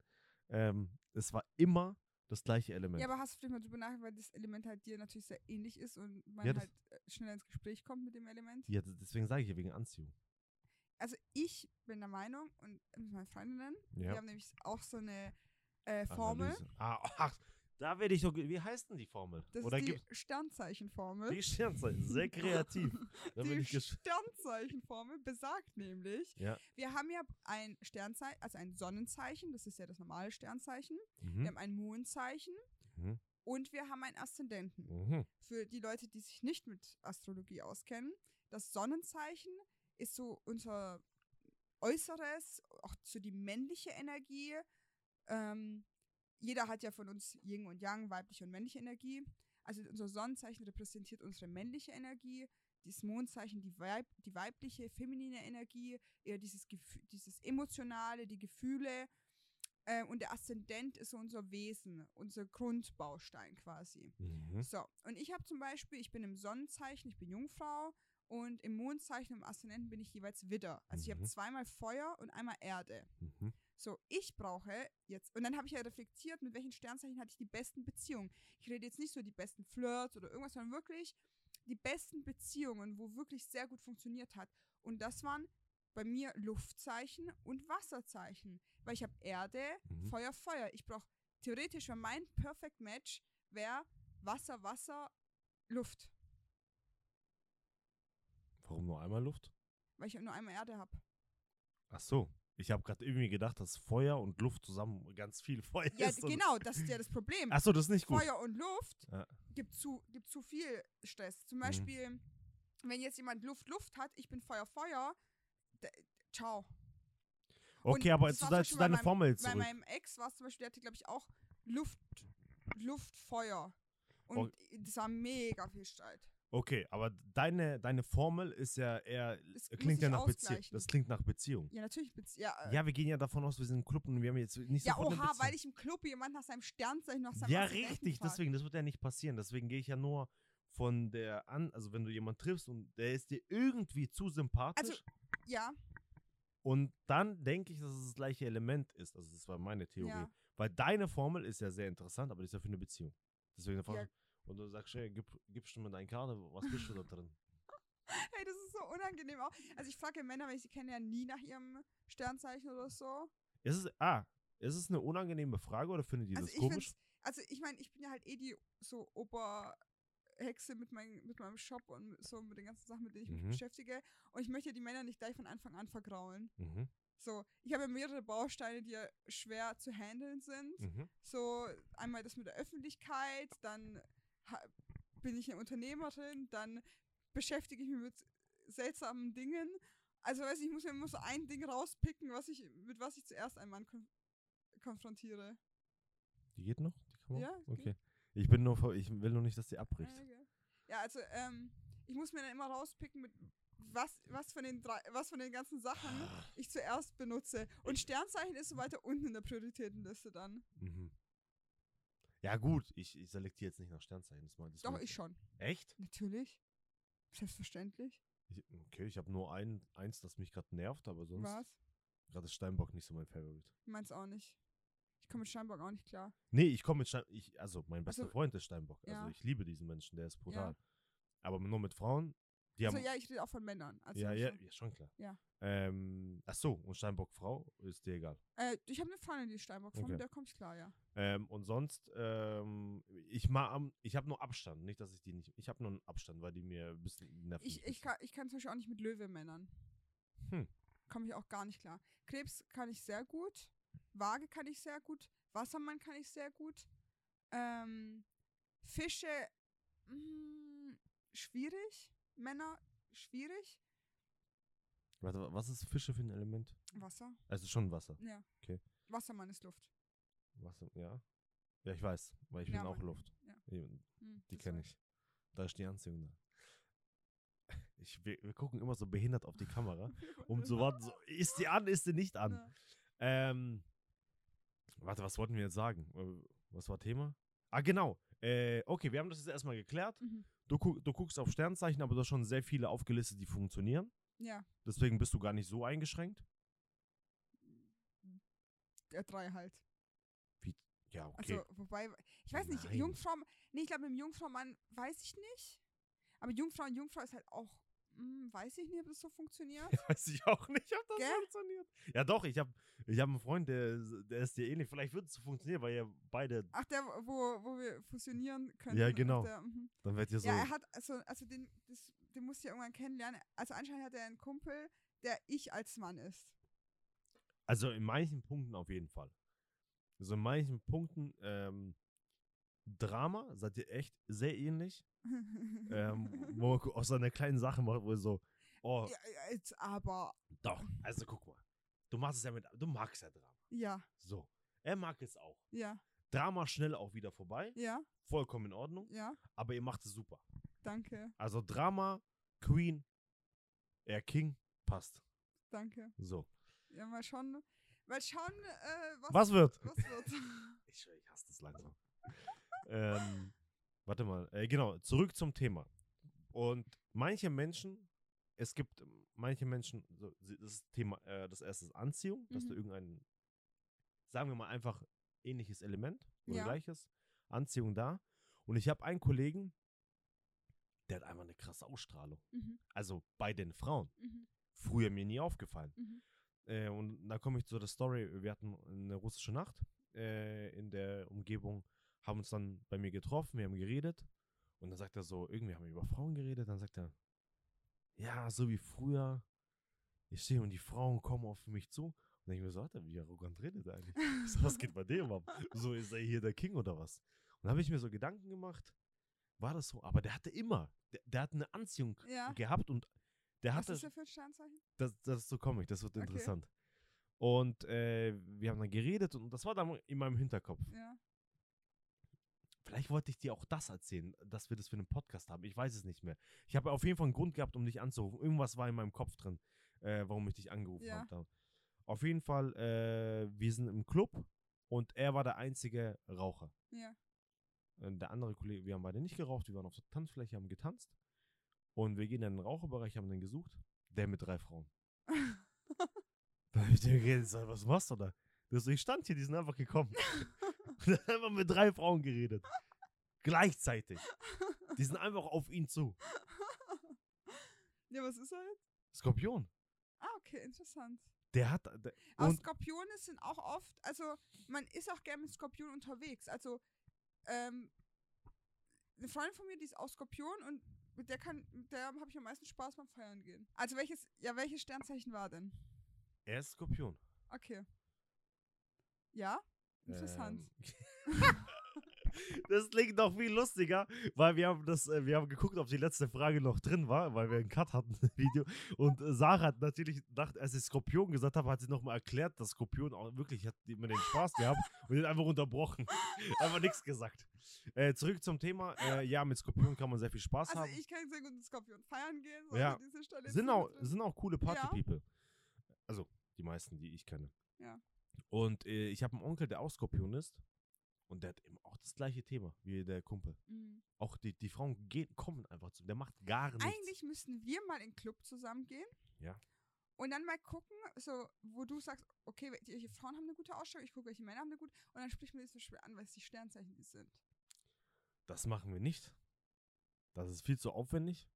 Speaker 1: ähm, es war immer das gleiche Element.
Speaker 2: Ja, aber hast du vielleicht mal drüber nachgedacht, weil das Element halt dir natürlich sehr ähnlich ist und man
Speaker 1: Ja, das-
Speaker 2: halt äh, schneller ins Gespräch kommt mit dem Element?
Speaker 1: Ja, d- deswegen sage ich ja wegen Anziehung.
Speaker 2: Also ich bin der Meinung, und das ist meine Freundinnen,
Speaker 1: Ja.
Speaker 2: wir haben nämlich auch so eine äh, Formel.
Speaker 1: Analyse. Ah, *laughs* ach, da werde ich doch. ge- Wie heißt denn die Formel?
Speaker 2: Das
Speaker 1: Oder
Speaker 2: ist die
Speaker 1: gibt's
Speaker 2: Sternzeichenformel.
Speaker 1: die Sternzeichen? Sehr
Speaker 2: *laughs*
Speaker 1: kreativ. Da bin
Speaker 2: Die
Speaker 1: ich gesch-
Speaker 2: Sternzeichenformel besagt nämlich,
Speaker 1: Ja.
Speaker 2: wir haben ja ein Sternzeichen, also ein Sonnenzeichen, das ist ja das normale Sternzeichen.
Speaker 1: mhm.
Speaker 2: Wir haben ein Mondzeichen
Speaker 1: Mhm.
Speaker 2: und wir haben einen Aszendenten.
Speaker 1: Mhm.
Speaker 2: Für die Leute, die sich nicht mit Astrologie auskennen, das Sonnenzeichen ist so unser Äußeres, auch so die männliche Energie. Ähm, jeder hat ja von uns Yin und Yang, weibliche und männliche Energie. Also unser Sonnenzeichen repräsentiert unsere männliche Energie, das Mondzeichen die, weib die weibliche, feminine Energie, eher dieses, Gef- dieses Emotionale, die Gefühle. Äh, und der Aszendent ist so unser Wesen, unser Grundbaustein quasi.
Speaker 1: Mhm.
Speaker 2: So, und ich habe zum Beispiel, ich bin im Sonnenzeichen, ich bin Jungfrau und im Mondzeichen, im Aszendenten bin ich jeweils Widder. Also ich
Speaker 1: Mhm.
Speaker 2: habe zweimal Feuer und einmal Erde.
Speaker 1: Mhm.
Speaker 2: So, ich brauche jetzt, und dann habe ich ja reflektiert, mit welchen Sternzeichen hatte ich die besten Beziehungen. Ich rede jetzt nicht so die besten Flirts oder irgendwas, sondern wirklich die besten Beziehungen, wo wirklich sehr gut funktioniert hat. Und das waren bei mir Luftzeichen und Wasserzeichen, weil ich habe Erde,
Speaker 1: Mhm.
Speaker 2: Feuer, Feuer. Ich brauche theoretisch, wenn mein Perfect Match wäre Wasser, Wasser, Luft,
Speaker 1: Warum nur einmal Luft?
Speaker 2: weil ich nur einmal Erde habe.
Speaker 1: Ach so. Ich habe gerade irgendwie gedacht, dass Feuer und Luft zusammen ganz viel Feuer
Speaker 2: Ja,
Speaker 1: ist. und-
Speaker 2: genau, das ist ja das
Speaker 1: *laughs*
Speaker 2: Problem.
Speaker 1: Ach so, das ist nicht gut.
Speaker 2: Feuer und Luft
Speaker 1: Ja. Mhm.
Speaker 2: gibt, zu, gibt zu viel Stress. Zum Beispiel, wenn jetzt jemand Luft, Luft hat, ich bin Feuer, Feuer, d- ciao.
Speaker 1: Okay,
Speaker 2: und
Speaker 1: aber
Speaker 2: das
Speaker 1: zu,
Speaker 2: war
Speaker 1: de
Speaker 2: zum
Speaker 1: zu
Speaker 2: Beispiel bei
Speaker 1: deiner
Speaker 2: meinem-
Speaker 1: Formel
Speaker 2: Bei
Speaker 1: zurück.
Speaker 2: meinem Ex war es zum Beispiel, der hatte, glaube ich, auch Luft, Luft, Feuer.
Speaker 1: Oh.
Speaker 2: Und das war mega viel Streit.
Speaker 1: Okay, aber deine, deine Formel ist ja eher.
Speaker 2: Das muss
Speaker 1: klingt ja
Speaker 2: ich
Speaker 1: nach Beziehung.
Speaker 2: ausgleichen.
Speaker 1: Das klingt nach Beziehung.
Speaker 2: Ja, natürlich. bez- Ja, äh,
Speaker 1: Ja, wir gehen ja davon aus, wir sind im Club und wir haben jetzt nicht
Speaker 2: ja
Speaker 1: sofort eine
Speaker 2: oha,
Speaker 1: Beziehung.
Speaker 2: weil ich im Club jemand nach seinem Sternzeichen, nach seinem
Speaker 1: Ja,
Speaker 2: Aszendenten
Speaker 1: richtig,
Speaker 2: frag.
Speaker 1: deswegen, das wird ja nicht passieren. Deswegen gehe ich ja nur von der an, also wenn du jemanden triffst und der ist dir irgendwie zu
Speaker 2: Also,
Speaker 1: sympathisch
Speaker 2: Ja,
Speaker 1: und dann denke ich, dass es das gleiche Element ist. Also das war meine Theorie.
Speaker 2: ja.
Speaker 1: Weil deine Formel ist ja sehr interessant, aber die ist ja für eine Beziehung. Deswegen einfach,
Speaker 2: Ja.
Speaker 1: und du sagst, hey, gib, gib schon mal deine Karte, was bist du da drin? *laughs*
Speaker 2: Hey, das ist so unangenehm auch. Also ich frage ja Männer, weil ich sie kenne ja nie nach ihrem Sternzeichen oder so.
Speaker 1: Ist es, ah, ist es eine unangenehme Frage oder findet ihr
Speaker 2: Also
Speaker 1: das
Speaker 2: ich
Speaker 1: komisch?
Speaker 2: find's, also ich meine, ich bin ja halt eh die so Oberhexe mit, mein, mit meinem Shop und so mit den ganzen Sachen, mit denen ich
Speaker 1: Mhm.
Speaker 2: mich beschäftige. Und ich möchte ja die Männer nicht gleich von Anfang an vergraulen.
Speaker 1: Mhm,
Speaker 2: So, ich habe ja mehrere Bausteine, die ja schwer zu handeln sind.
Speaker 1: mhm.
Speaker 2: So, einmal das mit der Öffentlichkeit, dann ha- bin ich eine Unternehmerin, dann beschäftige ich mich mit seltsamen Dingen. Also weiß ich, ich muss mir immer so ein Ding rauspicken, was ich, mit was ich zuerst einen Mann konf konfrontiere.
Speaker 1: Die geht noch? Die Kamera?
Speaker 2: Ja, geht.
Speaker 1: Okay. Ich bin nur, vor- ich will nur nicht, dass die abbricht.
Speaker 2: Ja, gell. Ah, Ja, also ähm, ich muss mir dann immer rauspicken, mit was, was, von den drei, was von den ganzen Sachen ich zuerst benutze. Und Sternzeichen ist so weiter unten in der Prioritätenliste dann.
Speaker 1: Mhm. Ja gut, ich, ich selektiere jetzt nicht nach Sternzeichen. Das mein, das
Speaker 2: Doch,
Speaker 1: mein-
Speaker 2: ich schon.
Speaker 1: Echt?
Speaker 2: Natürlich. Selbstverständlich.
Speaker 1: Ich, okay, ich habe nur ein, eins, das mich gerade nervt, aber sonst
Speaker 2: Was?
Speaker 1: gerade ist Steinbock nicht so mein Favorite.
Speaker 2: Meins auch nicht. Ich komme mit Steinbock auch nicht klar.
Speaker 1: Nee, Ne, ich komme mit Steinbock. Ich, also, mein bester
Speaker 2: Also,
Speaker 1: Freund ist Steinbock. Also,
Speaker 2: ja.
Speaker 1: ich liebe diesen Menschen, der ist brutal. Aber nur mit Frauen, die haben.
Speaker 2: also ja, ich rede auch von Männern. Also
Speaker 1: ja, ja,
Speaker 2: schon.
Speaker 1: ja, schon klar.
Speaker 2: Ja.
Speaker 1: Ähm, ach so, und Steinbock Frau ist dir egal.
Speaker 2: Äh, ich habe eine Freundin, die Steinbock von,
Speaker 1: Okay.
Speaker 2: mit der komme ich klar, ja.
Speaker 1: Ähm, und sonst, ähm, ich mag, am- ich habe nur Abstand, nicht, dass ich die nicht, ich habe nur einen Abstand, weil die mir ein bisschen nervt.
Speaker 2: Ich, ich, kann, ich kann zum Beispiel auch nicht mit Löwe-Männern.
Speaker 1: Hm.
Speaker 2: Komme ich auch gar nicht klar. Krebs kann ich sehr gut. Waage kann ich sehr gut. Wassermann kann ich sehr gut. Ähm, Fische, mm, schwierig. Männer, schwierig.
Speaker 1: Warte, wa- was ist Fische für ein Element?
Speaker 2: Wasser,
Speaker 1: Also schon Wasser.
Speaker 2: ja.
Speaker 1: Okay.
Speaker 2: Wassermann ist Luft.
Speaker 1: Wasser, ja. Ja, ich weiß, weil ich
Speaker 2: Ja,
Speaker 1: bin auch
Speaker 2: Mann.
Speaker 1: Luft.
Speaker 2: Ja.
Speaker 1: Eben,
Speaker 2: Hm,
Speaker 1: Die
Speaker 2: das
Speaker 1: kenne
Speaker 2: weiß
Speaker 1: ich. Da ist die Anziehung da. Ich, wir, wir gucken immer so behindert auf die Kamera,
Speaker 2: *laughs*
Speaker 1: um zu warten, so, ist die an, ist sie nicht an.
Speaker 2: Ja.
Speaker 1: Ähm, warte, was wollten wir jetzt sagen? Äh, Was war Thema? Ah, genau. Äh, okay, wir haben das jetzt erstmal geklärt.
Speaker 2: Mhm.
Speaker 1: Du, gu du guckst auf Sternzeichen, aber du hast schon sehr viele aufgelistet, die funktionieren.
Speaker 2: Ja,
Speaker 1: Deswegen bist du gar nicht so eingeschränkt.
Speaker 2: der drei halt.
Speaker 1: Ja, okay.
Speaker 2: Also, wobei, ich weiß nicht,
Speaker 1: Nein.
Speaker 2: Jungfrau, nee, ich glaube, mit dem Jungfraumann weiß ich nicht. Aber Jungfrau und Jungfrau ist halt auch, hm, weiß ich nicht, ob das so funktioniert.
Speaker 1: *laughs* Weiß ich auch nicht, ob das
Speaker 2: Gell?
Speaker 1: funktioniert. Ja, doch, ich habe ich hab einen Freund, der, der ist dir ähnlich. Vielleicht wird es funktionieren, weil ihr beide.
Speaker 2: Ach, der, wo, wo wir fusionieren können.
Speaker 1: Ja,
Speaker 2: auf
Speaker 1: genau.
Speaker 2: Der, mhm.
Speaker 1: Dann werdet ihr so.
Speaker 2: Ja, er hat, also, also den, das, den musste ich ja irgendwann kennenlernen. Also anscheinend hat er einen Kumpel, der ich als Mann ist. *laughs*
Speaker 1: Also in manchen Punkten auf jeden Fall. Also in manchen Punkten, ähm, Drama, seid ihr echt sehr ähnlich. ähm, wo man gu- aus einer kleinen Sache macht, wo ihr so, oh,
Speaker 2: ja, ja, jetzt aber,
Speaker 1: doch, also guck mal. Du machst es ja mit, du magst ja Drama.
Speaker 2: ja,
Speaker 1: So. Er mag es auch.
Speaker 2: ja,
Speaker 1: Drama schnell auch wieder vorbei.
Speaker 2: ja,
Speaker 1: Vollkommen in Ordnung.
Speaker 2: ja,
Speaker 1: Aber ihr macht es super.
Speaker 2: danke,
Speaker 1: Also Drama, Queen, er King, passt.
Speaker 2: danke.
Speaker 1: So.
Speaker 2: Ja, mal schauen, mal schauen, äh, was,
Speaker 1: Was wird?
Speaker 2: was wird. *laughs*
Speaker 1: Ich, schwör, ich hasse das langsam. *laughs* ähm, warte mal. Äh, genau, zurück zum Thema. Und manche Menschen, es gibt ähm, manche Menschen, so, sie- das ist Thema, äh, das erste ist Anziehung, dass du
Speaker 2: Mhm.
Speaker 1: irgendein, sagen wir mal einfach ähnliches Element oder
Speaker 2: Ja.
Speaker 1: gleiches, Anziehung da. Und ich habe einen Kollegen, der hat einfach eine krasse Ausstrahlung.
Speaker 2: mhm,
Speaker 1: Also bei den Frauen.
Speaker 2: mhm,
Speaker 1: Früher mir nie aufgefallen.
Speaker 2: mhm.
Speaker 1: Äh, und da komme ich zu der Story. Wir hatten eine russische Nacht äh, in der Umgebung, haben uns dann bei mir getroffen, wir haben geredet. Und dann sagt er so, irgendwie haben wir über Frauen geredet. Dann sagt er, ja, so wie früher. Ich stehe und die Frauen kommen auf mich zu. Und dann denk ich mir so, Alter, wie arrogant redet er eigentlich? Ich *laughs* So, was geht bei dem ab? So, ist er hier der King oder was? Und da habe ich mir so Gedanken gemacht, war das so? Aber der hatte immer, der, der hat eine Anziehung
Speaker 2: Ja.
Speaker 1: gehabt und der
Speaker 2: Was
Speaker 1: hatte
Speaker 2: ist der für ein Sternzeichen?
Speaker 1: das, das so komme ich, das wird
Speaker 2: Okay.
Speaker 1: interessant. Und äh, wir haben dann geredet und das war dann in meinem Hinterkopf.
Speaker 2: Ja.
Speaker 1: Vielleicht wollte ich dir auch das erzählen, dass wir das für einen Podcast haben. Ich weiß es nicht mehr. Ich habe auf jeden Fall einen Grund gehabt, um dich anzurufen. Irgendwas war in meinem Kopf drin, äh, warum ich dich angerufen
Speaker 2: Ja.
Speaker 1: habe. Auf jeden Fall, äh, wir sind im Club und er war der einzige Raucher.
Speaker 2: Ja.
Speaker 1: Äh, Der andere Kollege, wir haben beide nicht geraucht, wir waren auf der Tanzfläche, haben getanzt. Und wir gehen in den Raucherbereich, haben den gesucht. Der mit drei
Speaker 2: *laughs*
Speaker 1: Frauen. da hab ich dir geredet, sag, was machst du da? Das so, ich stand hier, die sind einfach
Speaker 2: *laughs*
Speaker 1: gekommen. *laughs* Und dann einfach mit drei Frauen geredet. Gleichzeitig. Die sind einfach auf ihn zu.
Speaker 2: Ja, was ist er jetzt?
Speaker 1: Skorpion.
Speaker 2: Ah, okay, interessant.
Speaker 1: Der hat. Der,
Speaker 2: Aber
Speaker 1: und
Speaker 2: Skorpione sind auch oft, also man ist auch gerne mit Skorpion unterwegs. Also, ähm, eine Freundin von mir, die ist auch Skorpion und mit der kann, mit der habe ich am meisten Spaß beim Feiern gehen. Also welches, ja, welches Sternzeichen war denn?
Speaker 1: er ist Skorpion.
Speaker 2: Okay. Ja, interessant.
Speaker 1: Ähm, *laughs* Das klingt noch viel lustiger, weil wir haben das, äh, wir haben geguckt, ob die letzte Frage noch drin war, weil wir einen Cut hatten *laughs* im Video. Und äh, Sarah hat natürlich gedacht, als ich Skorpion gesagt habe, hat sie nochmal erklärt, dass Skorpion auch wirklich hat immer den Spaß gehabt und den einfach unterbrochen. *laughs* einfach nichts gesagt. Äh, zurück zum Thema. Äh, ja, mit Skorpion kann man sehr viel Spaß
Speaker 2: Also
Speaker 1: haben.
Speaker 2: ich kann sehr gut mit Skorpion feiern gehen. So
Speaker 1: Ja.
Speaker 2: an dieser Stelle jetzt
Speaker 1: sind
Speaker 2: hier
Speaker 1: auch,
Speaker 2: mit drin.
Speaker 1: sind auch coole
Speaker 2: Ja.
Speaker 1: Party-People. Also die meisten, die ich kenne.
Speaker 2: Ja.
Speaker 1: Und äh, ich habe einen Onkel, der auch Skorpion ist. Und der hat eben auch das gleiche Thema wie der Kumpel.
Speaker 2: Mhm.
Speaker 1: Auch die, die Frauen gehen, kommen einfach zu. Der macht gar nichts.
Speaker 2: Eigentlich müssten wir mal in den Club zusammengehen.
Speaker 1: Ja.
Speaker 2: Und dann mal gucken, so, wo du sagst, okay, wel- welche Frauen haben eine gute Ausstellung, ich gucke, welche Männer haben eine gute. Und dann spricht man die zum Beispiel an, was die Sternzeichen die sind.
Speaker 1: Das machen wir nicht. Das ist viel zu aufwendig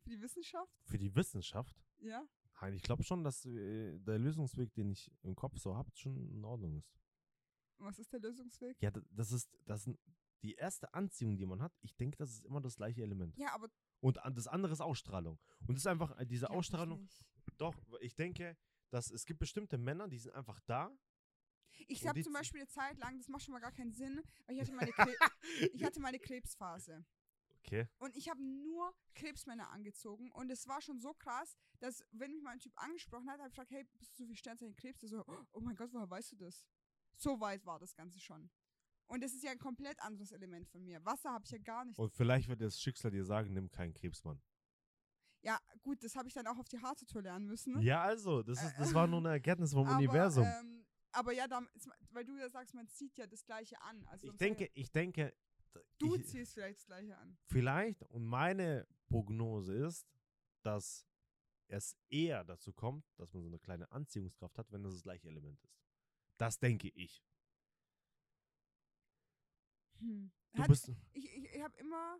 Speaker 2: Für die Wissenschaft,
Speaker 1: für die Wissenschaft.
Speaker 2: ja.
Speaker 1: Nein, ich glaube schon, dass äh, der Lösungsweg, den ich im Kopf so habe, schon in Ordnung ist.
Speaker 2: Und was ist der Lösungsweg?
Speaker 1: Ja, da- das ist das sind die erste Anziehung, die man hat. Ich denke, das ist immer das gleiche Element.
Speaker 2: Ja, aber
Speaker 1: Und an- das andere ist Ausstrahlung. Und es ist einfach äh, diese
Speaker 2: glaub ich
Speaker 1: Ausstrahlung.
Speaker 2: nicht.
Speaker 1: Doch, ich denke, dass es gibt bestimmte Männer, die sind einfach da.
Speaker 2: Ich
Speaker 1: Und
Speaker 2: habe
Speaker 1: die
Speaker 2: zum
Speaker 1: Z-
Speaker 2: Beispiel eine Zeit lang, das macht schon mal gar keinen Sinn, weil ich hatte
Speaker 1: *laughs*
Speaker 2: meine, Kre ich hatte meine Krebsphase.
Speaker 1: Okay.
Speaker 2: Und ich habe nur Krebsmänner angezogen. Und es war schon so krass, dass, wenn mich mal ein Typ angesprochen hat, habe ich gefragt, hey, bist du so viel Sternzeichen Krebs? Der so, oh mein Gott, woher weißt du das? So weit war das Ganze schon. Und das ist ja ein komplett anderes Element von mir. Wasser habe ich ja gar nicht.
Speaker 1: Und vielleicht wird das Schicksal dir sagen, nimm keinen Krebsmann.
Speaker 2: Ja, gut, das habe ich dann auch auf die harte Tour lernen müssen.
Speaker 1: Ja, also, das, ist, das war nur eine Erkenntnis vom
Speaker 2: Ne? aber,
Speaker 1: Universum.
Speaker 2: Ähm, aber ja, dam- ist- weil du ja sagst, man zieht ja das Gleiche an. Also
Speaker 1: ich
Speaker 2: sonst wäre-
Speaker 1: denke, ich denke, d-
Speaker 2: Du
Speaker 1: ich,
Speaker 2: ziehst vielleicht das Gleiche an.
Speaker 1: vielleicht, und meine Prognose ist, dass es eher dazu kommt, dass man so eine kleine Anziehungskraft hat, wenn das das gleiche Element ist. Das denke ich.
Speaker 2: Hm.
Speaker 1: Du
Speaker 2: Hat-
Speaker 1: bist,
Speaker 2: ich ich, ich habe immer,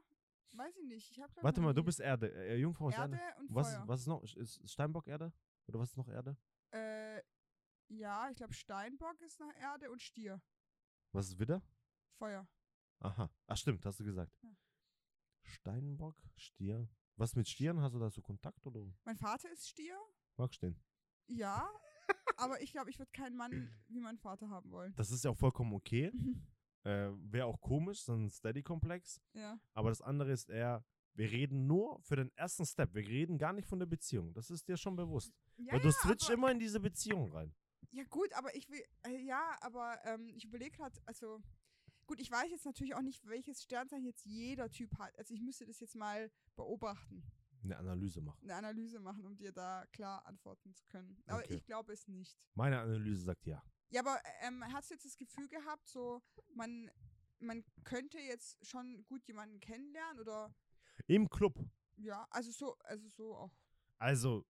Speaker 2: weiß ich nicht. Ich hab, glaub ich,
Speaker 1: warte
Speaker 2: noch
Speaker 1: mal, du
Speaker 2: nie
Speaker 1: bist Erde. Äh, Jungfrau ist
Speaker 2: Erde
Speaker 1: Erde.
Speaker 2: und
Speaker 1: Was,
Speaker 2: Feuer.
Speaker 1: was ist noch? Ist Steinbock Erde? Oder was ist noch Erde?
Speaker 2: Äh, ja, ich glaube Steinbock ist nach Erde und Stier.
Speaker 1: Was ist Widder?
Speaker 2: Feuer.
Speaker 1: Aha. Ach stimmt, hast du gesagt.
Speaker 2: Ja.
Speaker 1: Steinbock, Stier. Was mit Stieren? Hast du da so Kontakt oder
Speaker 2: Mein Vater ist Stier,
Speaker 1: magst du den?
Speaker 2: ja. aber ich glaube, ich würde keinen Mann wie mein Vater haben wollen.
Speaker 1: Das ist ja auch vollkommen
Speaker 2: *laughs*
Speaker 1: okay.
Speaker 2: Mhm.
Speaker 1: Äh, Wäre auch komisch, so ein Steady-Komplex.
Speaker 2: ja.
Speaker 1: Aber das andere ist eher, wir reden nur für den ersten Step. Wir reden gar nicht von der Beziehung. Das ist dir schon bewusst.
Speaker 2: Ja,
Speaker 1: Weil du switcht
Speaker 2: aber-
Speaker 1: immer in diese Beziehung rein.
Speaker 2: ja, gut, aber ich will, äh, ja, aber ähm, ich überlege gerade, also, gut, ich weiß jetzt natürlich auch nicht, welches Sternzeichen jetzt jeder Typ hat. Also ich müsste das jetzt mal beobachten,
Speaker 1: Eine Analyse machen.
Speaker 2: eine Analyse machen, um dir da klar antworten zu können. Aber
Speaker 1: Okay.
Speaker 2: ich glaube es nicht.
Speaker 1: Meine Analyse sagt ja.
Speaker 2: Ja, aber ähm, hast du jetzt das Gefühl gehabt, so man, man könnte jetzt schon gut jemanden kennenlernen oder
Speaker 1: Im Club.
Speaker 2: ja, also so, also so auch
Speaker 1: Also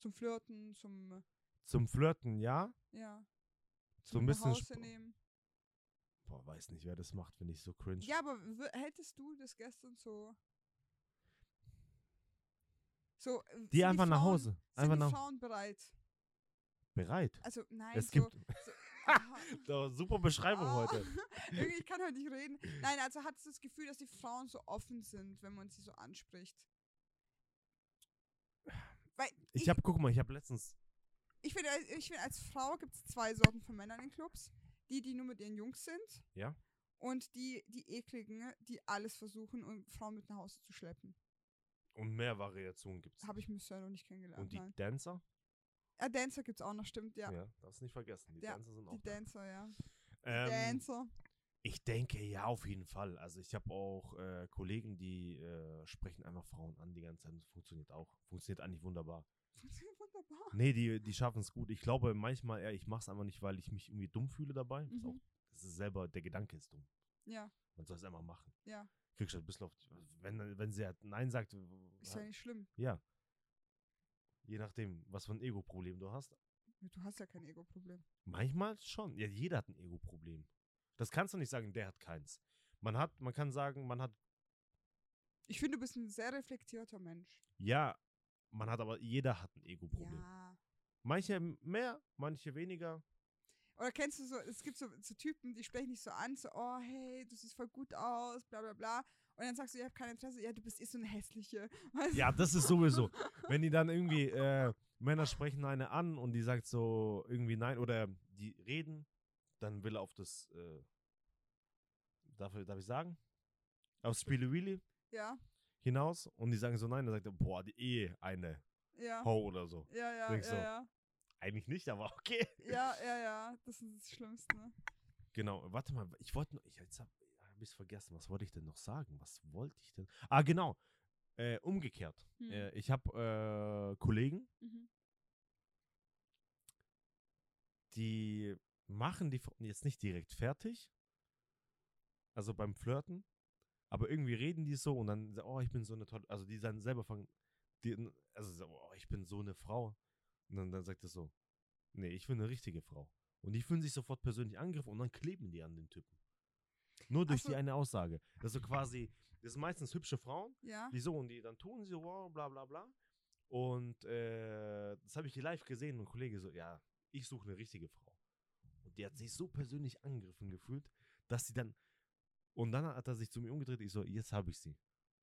Speaker 2: zum Flirten, zum äh,
Speaker 1: zum Flirten ja.
Speaker 2: ja,
Speaker 1: So ein
Speaker 2: nach
Speaker 1: bisschen.
Speaker 2: Hause
Speaker 1: Sp-
Speaker 2: nehmen.
Speaker 1: Boah, weiß nicht, wer das macht, wenn ich so cringe.
Speaker 2: Ja, aber w- hättest du das gestern so so äh, sind
Speaker 1: Die einfach nach
Speaker 2: Frauen-
Speaker 1: Hause.
Speaker 2: Sind
Speaker 1: Einfach
Speaker 2: die
Speaker 1: nach
Speaker 2: Frauen bereit?
Speaker 1: bereit.
Speaker 2: Also nein,
Speaker 1: Es
Speaker 2: so,
Speaker 1: gibt.
Speaker 2: so aha.
Speaker 1: Da, super Beschreibung
Speaker 2: Ah. *laughs*
Speaker 1: heute.
Speaker 2: Irgendwie, ich kann heute nicht reden. Nein, also hattest du das Gefühl, dass die Frauen so offen sind, wenn man sie so anspricht? Weil
Speaker 1: Ich habe, guck mal, ich habe letztens.
Speaker 2: ich finde, als- ich finde, als Frau gibt es zwei Sorten von Männern in Clubs. Die, die nur mit ihren Jungs sind.
Speaker 1: Ja.
Speaker 2: Und die, die ekligen, die alles versuchen, um Frauen mit nach Hause zu schleppen.
Speaker 1: Und mehr Variationen gibt's.
Speaker 2: Habe ich
Speaker 1: nicht.
Speaker 2: bisher noch nicht kennengelernt.
Speaker 1: Und die
Speaker 2: nein.
Speaker 1: Dancer?
Speaker 2: Ah, Dancer gibt es auch noch, stimmt, ja.
Speaker 1: darfst nicht vergessen. Die
Speaker 2: Ja,
Speaker 1: Dancer sind auch.
Speaker 2: Die Dancer, ja.
Speaker 1: da. ähm,
Speaker 2: Dancer. *laughs*
Speaker 1: ich denke ja, auf jeden Fall. Also ich habe auch äh, Kollegen, die äh, sprechen einfach Frauen an die ganze Zeit. Das funktioniert auch. Funktioniert eigentlich wunderbar.
Speaker 2: Funktioniert wunderbar.
Speaker 1: Nee, die, die schaffen es gut. Ich glaube manchmal eher, ich mache es einfach nicht, weil ich mich irgendwie dumm fühle dabei. Ist auch,
Speaker 2: Mhm.
Speaker 1: das ist selber, der Gedanke ist dumm.
Speaker 2: Ja,
Speaker 1: Man soll es einfach machen.
Speaker 2: ja.
Speaker 1: Kriegst halt ein bisschen auf die, wenn, wenn sie halt Nein sagt,
Speaker 2: Ist ja nicht schlimm.
Speaker 1: Ja. Je nachdem, was für ein Ego-Problem du hast.
Speaker 2: Du hast ja kein Ego-Problem.
Speaker 1: Manchmal schon. Ja, jeder hat ein Ego-Problem. Das kannst du nicht sagen, der hat keins. Man hat, man kann sagen, man hat,
Speaker 2: Ich finde, du bist ein sehr reflektierter Mensch.
Speaker 1: ja, man hat aber, jeder hat ein Ego-Problem.
Speaker 2: Ja.
Speaker 1: Manche mehr, manche weniger.
Speaker 2: Oder kennst du so, es gibt so, so Typen, die sprechen dich so an, so, oh, hey, du siehst voll gut aus, bla bla bla. Und dann sagst du, ich habe kein Interesse, ja, du bist eh so eine hässliche. *laughs* Weißt
Speaker 1: Ja, das ist sowieso. Wenn die dann irgendwie, äh, Männer sprechen eine an und die sagt so irgendwie nein oder die reden, dann will er auf das, äh, dafür darf ich sagen, auf Spiele Wheelie
Speaker 2: Ja,
Speaker 1: hinaus und die sagen so nein, dann sagt er, boah, die eh eine
Speaker 2: ja.
Speaker 1: Ho oder so.
Speaker 2: Ja, ja, ja,
Speaker 1: Denkst du,
Speaker 2: ja.
Speaker 1: Eigentlich nicht, aber okay.
Speaker 2: Ja, ja, ja. Das ist das Schlimmste. Ne?
Speaker 1: Genau, warte mal, ich wollte noch, ich, jetzt habe hab ich vergessen, was wollte ich denn noch sagen? Was wollte ich denn? Ah, genau, äh, umgekehrt.
Speaker 2: Hm.
Speaker 1: Äh, ich habe äh, Kollegen,
Speaker 2: Mhm.
Speaker 1: die machen die Frauen jetzt nicht direkt fertig, also beim Flirten, aber irgendwie reden die so und dann, sa- oh, ich bin so eine tolle, also die dann selber fangen, die, also, so, oh, ich bin so eine Frau. Und dann, dann sagt er so, nee, ich will eine richtige Frau. Und die fühlen sich sofort persönlich angegriffen und dann kleben die an den Typen. Nur durch
Speaker 2: so.
Speaker 1: die eine Aussage. Das ist so quasi, das sind meistens hübsche Frauen,
Speaker 2: Ja.
Speaker 1: Wieso? Und die dann tun sie, wow, bla bla bla. Und äh, das habe ich hier live gesehen und ein Kollege so, ja, ich suche eine richtige Frau. Und die hat sich so persönlich angegriffen gefühlt, dass sie dann. Und dann hat er sich zu mir umgedreht, ich so, jetzt habe ich sie.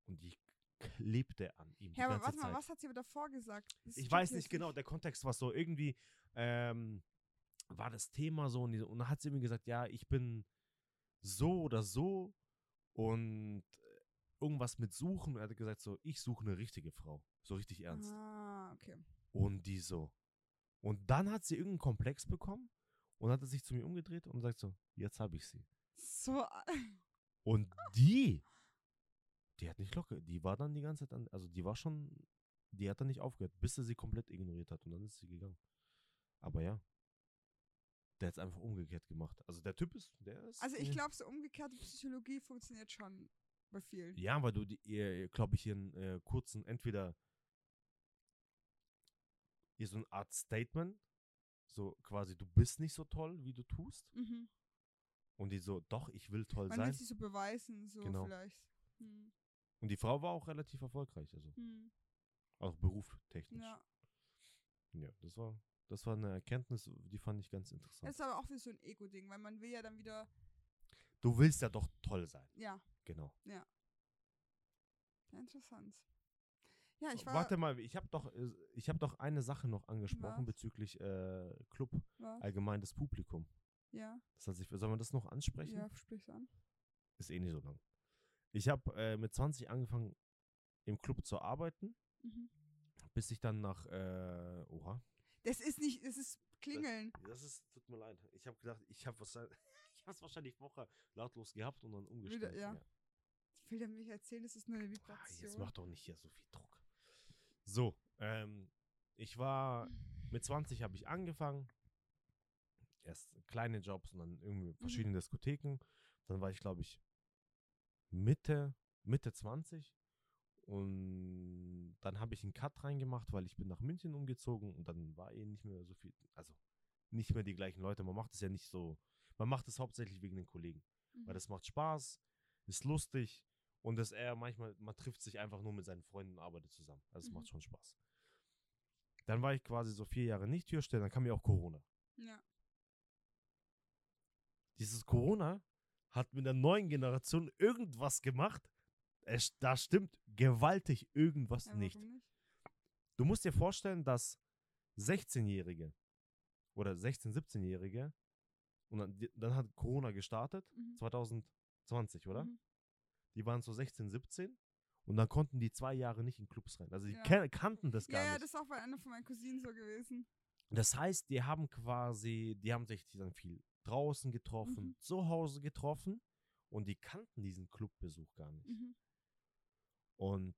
Speaker 1: Und die klebte an ihm.
Speaker 2: Ja,
Speaker 1: die
Speaker 2: aber
Speaker 1: ganze
Speaker 2: warte mal,
Speaker 1: Zeit.
Speaker 2: was hat sie aber davor gesagt? Das
Speaker 1: Ich
Speaker 2: check
Speaker 1: weiß
Speaker 2: jetzt
Speaker 1: nicht genau, der Kontext war so irgendwie, ähm, war das Thema so und, die, und dann hat sie mir gesagt, ja, ich bin so oder so und äh, irgendwas mit suchen. Und er hat gesagt so, ich suche eine richtige Frau, so richtig ernst.
Speaker 2: Ah, okay.
Speaker 1: Und die so. Und dann hat sie irgendeinen Komplex bekommen und hat er sich zu mir umgedreht und sagt so, jetzt habe ich sie.
Speaker 2: So, a-
Speaker 1: Und die, die hat nicht locker, die war dann die ganze Zeit, an, also die war schon, die hat dann nicht aufgehört, bis er sie komplett ignoriert hat und dann ist sie gegangen. Aber ja, der hat es einfach umgekehrt gemacht. Also der Typ ist, der ist.
Speaker 2: also ich
Speaker 1: äh,
Speaker 2: glaube, so umgekehrte Psychologie funktioniert schon bei vielen.
Speaker 1: Ja, weil du, glaube ich, ihren äh, kurzen, entweder ihr so eine Art Statement, so quasi, du bist nicht so toll, wie du tust.
Speaker 2: Mhm.
Speaker 1: Und die so, doch, ich will toll
Speaker 2: Man will
Speaker 1: sein.
Speaker 2: sich so beweisen, so
Speaker 1: Genau.
Speaker 2: vielleicht. Hm.
Speaker 1: Und die Frau war auch relativ erfolgreich, also
Speaker 2: Hm.
Speaker 1: auch berufstechnisch.
Speaker 2: Ja.
Speaker 1: Ja, das war, das war eine Erkenntnis, die fand ich ganz
Speaker 2: Das
Speaker 1: interessant.
Speaker 2: ist aber auch wieder so ein Ego-Ding, weil man will ja dann wieder,
Speaker 1: Du willst ja doch toll sein,
Speaker 2: ja,
Speaker 1: genau.
Speaker 2: ja interessant. Ja, ich war,
Speaker 1: Warte mal, ich habe doch, äh, ich habe doch eine Sache noch angesprochen
Speaker 2: Was?
Speaker 1: bezüglich äh, Club,
Speaker 2: war
Speaker 1: allgemein das Publikum.
Speaker 2: ja,
Speaker 1: Das hat sich, sollen wir das noch ansprechen?
Speaker 2: ja, sprich's an.
Speaker 1: Ist eh nicht so lang. Ich habe äh, mit 20 angefangen, im Club zu arbeiten,
Speaker 2: Mhm.
Speaker 1: bis ich dann nach, äh, oha.
Speaker 2: Das ist nicht, das ist Klingeln.
Speaker 1: Das ist, tut mir leid. Ich habe gedacht, ich habe wahrscheinlich, *laughs* ich habe es wahrscheinlich Woche lautlos gehabt und dann umgestellt.
Speaker 2: ja. Will der mich erzählen, das ist nur eine
Speaker 1: Ah,
Speaker 2: Vibration.
Speaker 1: jetzt macht doch nicht hier so viel Druck. So, ähm, ich war mit 20 habe ich angefangen. Erst kleine Jobs und dann irgendwie verschiedene Diskotheken. Dann war ich, glaube ich, Mitte, Mitte 20. Und dann habe ich einen Cut reingemacht, weil ich bin nach München umgezogen und dann war eh nicht mehr so viel, also nicht mehr die gleichen Leute. Man macht es ja nicht so, man macht es hauptsächlich wegen den Kollegen
Speaker 2: Mhm.
Speaker 1: weil das macht Spaß, ist lustig und dass er manchmal, man trifft sich einfach nur mit seinen Freunden und arbeitet zusammen. Also es
Speaker 2: Mhm.
Speaker 1: macht schon Spaß. Dann war ich quasi so vier Jahre nicht Türsteher, dann kam ja auch Corona.
Speaker 2: ja.
Speaker 1: Dieses Corona hat mit der neuen Generation irgendwas gemacht. Es, da stimmt gewaltig irgendwas
Speaker 2: ja,
Speaker 1: nicht.
Speaker 2: Warum nicht?
Speaker 1: Du musst dir vorstellen, dass 16-Jährige oder 16-, 17-Jährige, und dann, dann hat Corona gestartet,
Speaker 2: Mhm.
Speaker 1: 2020, oder?
Speaker 2: Mhm.
Speaker 1: Die waren so 16, 17 und dann konnten die zwei Jahre nicht in Clubs rein. Also die
Speaker 2: Ja.
Speaker 1: ken- kannten das gar
Speaker 2: Ja, ja,
Speaker 1: nicht.
Speaker 2: das ist auch bei einer von meinen Cousinen so gewesen.
Speaker 1: Das heißt, die haben quasi, die haben sich dann viel draußen getroffen,
Speaker 2: Mhm.
Speaker 1: zu Hause getroffen und die kannten diesen Clubbesuch gar nicht.
Speaker 2: Mhm.
Speaker 1: Und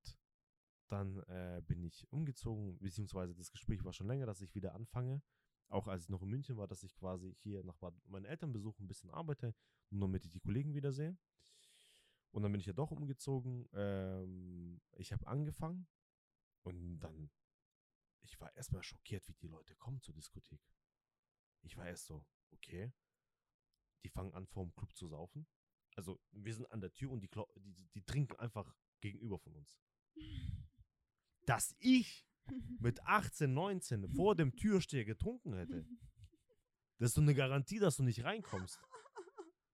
Speaker 1: dann äh, bin ich umgezogen, beziehungsweise das Gespräch war schon länger, dass ich wieder anfange. Auch als ich noch in München war, dass ich quasi hier nach Bad meine Eltern besuche, ein bisschen arbeite, nur damit ich die Kollegen wiedersehe. Und dann bin ich ja doch umgezogen. Ähm, ich habe angefangen und dann, ich war erstmal schockiert, wie die Leute kommen zur Diskothek. Ich war erst so, okay, die fangen an, vor dem Club zu saufen. Also wir sind an der Tür und die, klo- die, die trinken einfach gegenüber von uns. Dass ich mit 18, 19 vor dem Türsteher getrunken
Speaker 2: *laughs*
Speaker 1: hätte, das ist so eine Garantie, dass du nicht reinkommst.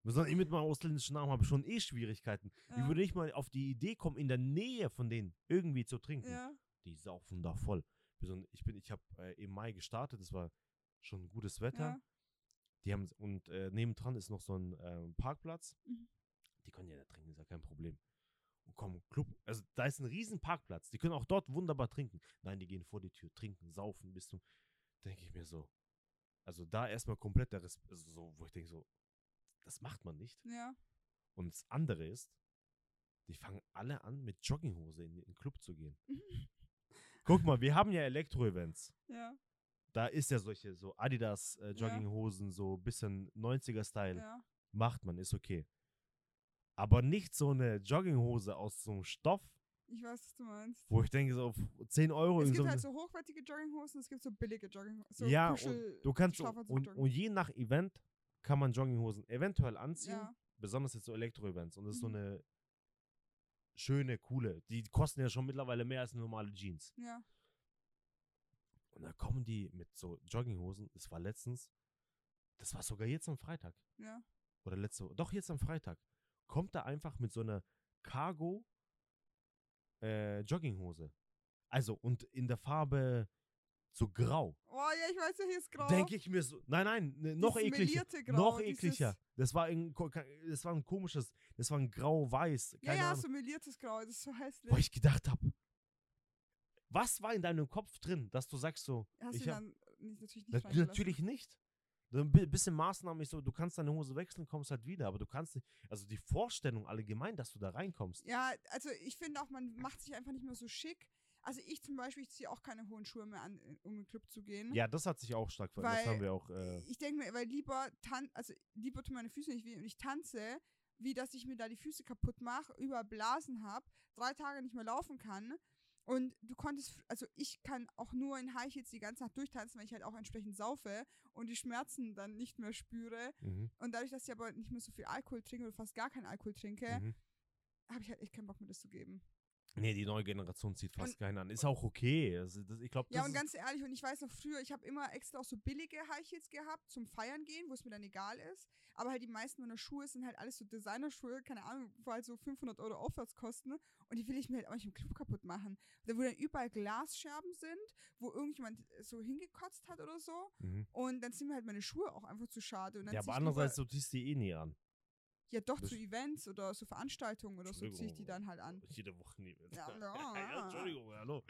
Speaker 1: Besonders ich mit meinem ausländischen Namen habe schon eh Schwierigkeiten. Ich
Speaker 2: Ja.
Speaker 1: würde nicht mal auf die Idee kommen, in der Nähe von denen irgendwie zu trinken.
Speaker 2: Ja.
Speaker 1: Die saufen da voll. Besonders Ich bin, ich habe äh, im Mai gestartet, es war schon gutes Wetter.
Speaker 2: Ja.
Speaker 1: Die haben und äh, nebendran ist noch so ein ähm, Parkplatz.
Speaker 2: Mhm.
Speaker 1: die können ja da trinken, ist ja kein Problem. Und komm, Club, also da ist ein riesen Parkplatz, die können auch dort wunderbar trinken. Nein, die gehen vor die Tür, trinken, saufen bis zum, denke ich mir so. Also da erstmal komplett der Respekt, also so, wo ich denke so, das macht man nicht.
Speaker 2: Ja.
Speaker 1: Und das andere ist, die fangen alle an, mit Jogginghose in den Club zu gehen. Guck mal, wir haben ja Elektro-Events.
Speaker 2: Ja.
Speaker 1: Da ist ja solche, so Adidas äh,
Speaker 2: Ja.
Speaker 1: Jogginghosen, so bisschen 90er-Style.
Speaker 2: Ja.
Speaker 1: Macht man, ist okay. Aber nicht so eine Jogginghose aus so einem Stoff,
Speaker 2: Ich weiß, was du meinst.
Speaker 1: wo ich denke, so 10 Euro Oh,
Speaker 2: Es
Speaker 1: in
Speaker 2: gibt
Speaker 1: so
Speaker 2: halt
Speaker 1: einem-
Speaker 2: so hochwertige Jogginghosen, es gibt so billige Jogginghosen. So
Speaker 1: Ja,
Speaker 2: Kuschel-
Speaker 1: Du kannst,
Speaker 2: Schlafanzug,
Speaker 1: und,
Speaker 2: Jogging-
Speaker 1: und je nach Event kann man Jogginghosen eventuell anziehen,
Speaker 2: ja.
Speaker 1: besonders jetzt so Elektro-Events. Und das ist so
Speaker 2: Mhm.
Speaker 1: eine schöne, coole. Die kosten ja schon mittlerweile mehr als normale Jeans.
Speaker 2: ja.
Speaker 1: Und dann kommen die mit so Jogginghosen. Das war letztens, das war sogar jetzt am Freitag.
Speaker 2: Ja.
Speaker 1: Oder letzte Woche. Doch, jetzt am Freitag. Kommt da einfach mit so einer Cargo äh, Jogginghose. Also, und in der Farbe so grau.
Speaker 2: Oh ja, ich weiß ja, hier ist grau.
Speaker 1: Denke ich mir so. Nein, nein, ne, noch
Speaker 2: Dieses
Speaker 1: ekliger.
Speaker 2: melierte Grau,
Speaker 1: noch
Speaker 2: dieses-
Speaker 1: ekliger. Das war, ein, ko- ka- das war ein komisches, das war ein grau-weiß.
Speaker 2: ja,
Speaker 1: Keine
Speaker 2: ja,
Speaker 1: Ahnung.
Speaker 2: so meliertes Grau, das ist so hässlich.
Speaker 1: wo ich gedacht habe, was war in deinem Kopf drin, dass du sagst so,
Speaker 2: Hast
Speaker 1: ich
Speaker 2: du ihn
Speaker 1: hab-
Speaker 2: dann nicht, natürlich nicht
Speaker 1: Nat-
Speaker 2: reingelassen?
Speaker 1: natürlich nicht. So ein bi- bisschen Maßnahmen ist so, du kannst deine Hose wechseln, kommst halt wieder, aber du kannst nicht, also die Vorstellung allgemein, dass du da reinkommst.
Speaker 2: Ja, also ich finde auch, man macht sich einfach nicht mehr so schick. Also ich zum Beispiel, ich ziehe auch keine hohen Schuhe mehr an, äh, um in den Club zu gehen.
Speaker 1: Ja, das hat sich auch stark verändert. Das
Speaker 2: Weil,
Speaker 1: haben wir auch. Äh,
Speaker 2: Ich denke mir, weil lieber tan also lieber tun meine Füße nicht weh und ich tanze, wie dass ich mir da die Füße kaputt mache, über Blasen habe, drei Tage nicht mehr laufen kann. Und du konntest, fr- also ich kann auch nur in High Heels die ganze Nacht durchtanzen, weil ich halt auch entsprechend saufe und die Schmerzen dann nicht mehr spüre.
Speaker 1: mhm,
Speaker 2: Und dadurch, dass ich aber nicht mehr so viel Alkohol trinke oder fast gar keinen Alkohol trinke,
Speaker 1: mhm.
Speaker 2: habe ich halt echt keinen Bock mehr, das zu geben.
Speaker 1: Nee, die neue Generation zieht fast keinen an. Ist auch okay. Also, das, ich glaube,
Speaker 2: Ja, und ganz ehrlich, und ich weiß noch früher, ich habe immer extra auch so billige High Heels gehabt zum Feiern gehen, wo es mir dann egal ist. Aber halt die meisten meiner Schuhe sind halt alles so Designerschuhe, keine Ahnung, wo halt so 500 Euro aufwärts kosten. ne? Und die will ich mir halt auch nicht im Club kaputt machen. Da wo dann überall Glasscherben sind, wo irgendjemand äh, so hingekotzt hat oder so.
Speaker 1: Mhm.
Speaker 2: Und dann sind mir halt meine Schuhe auch einfach zu schade. Und dann
Speaker 1: Ja,
Speaker 2: zieh
Speaker 1: aber
Speaker 2: ich
Speaker 1: andererseits,
Speaker 2: lieber,
Speaker 1: du ziehst die eh nie an.
Speaker 2: ja doch
Speaker 1: das-
Speaker 2: zu Events oder so Veranstaltungen oder so ziehe ich die
Speaker 1: Entschuldigung.
Speaker 2: dann halt an.
Speaker 1: *laughs* Jede Woche nie. mehr. *laughs*
Speaker 2: Ja,
Speaker 1: ja,
Speaker 2: ja.
Speaker 1: Entschuldigung, hallo.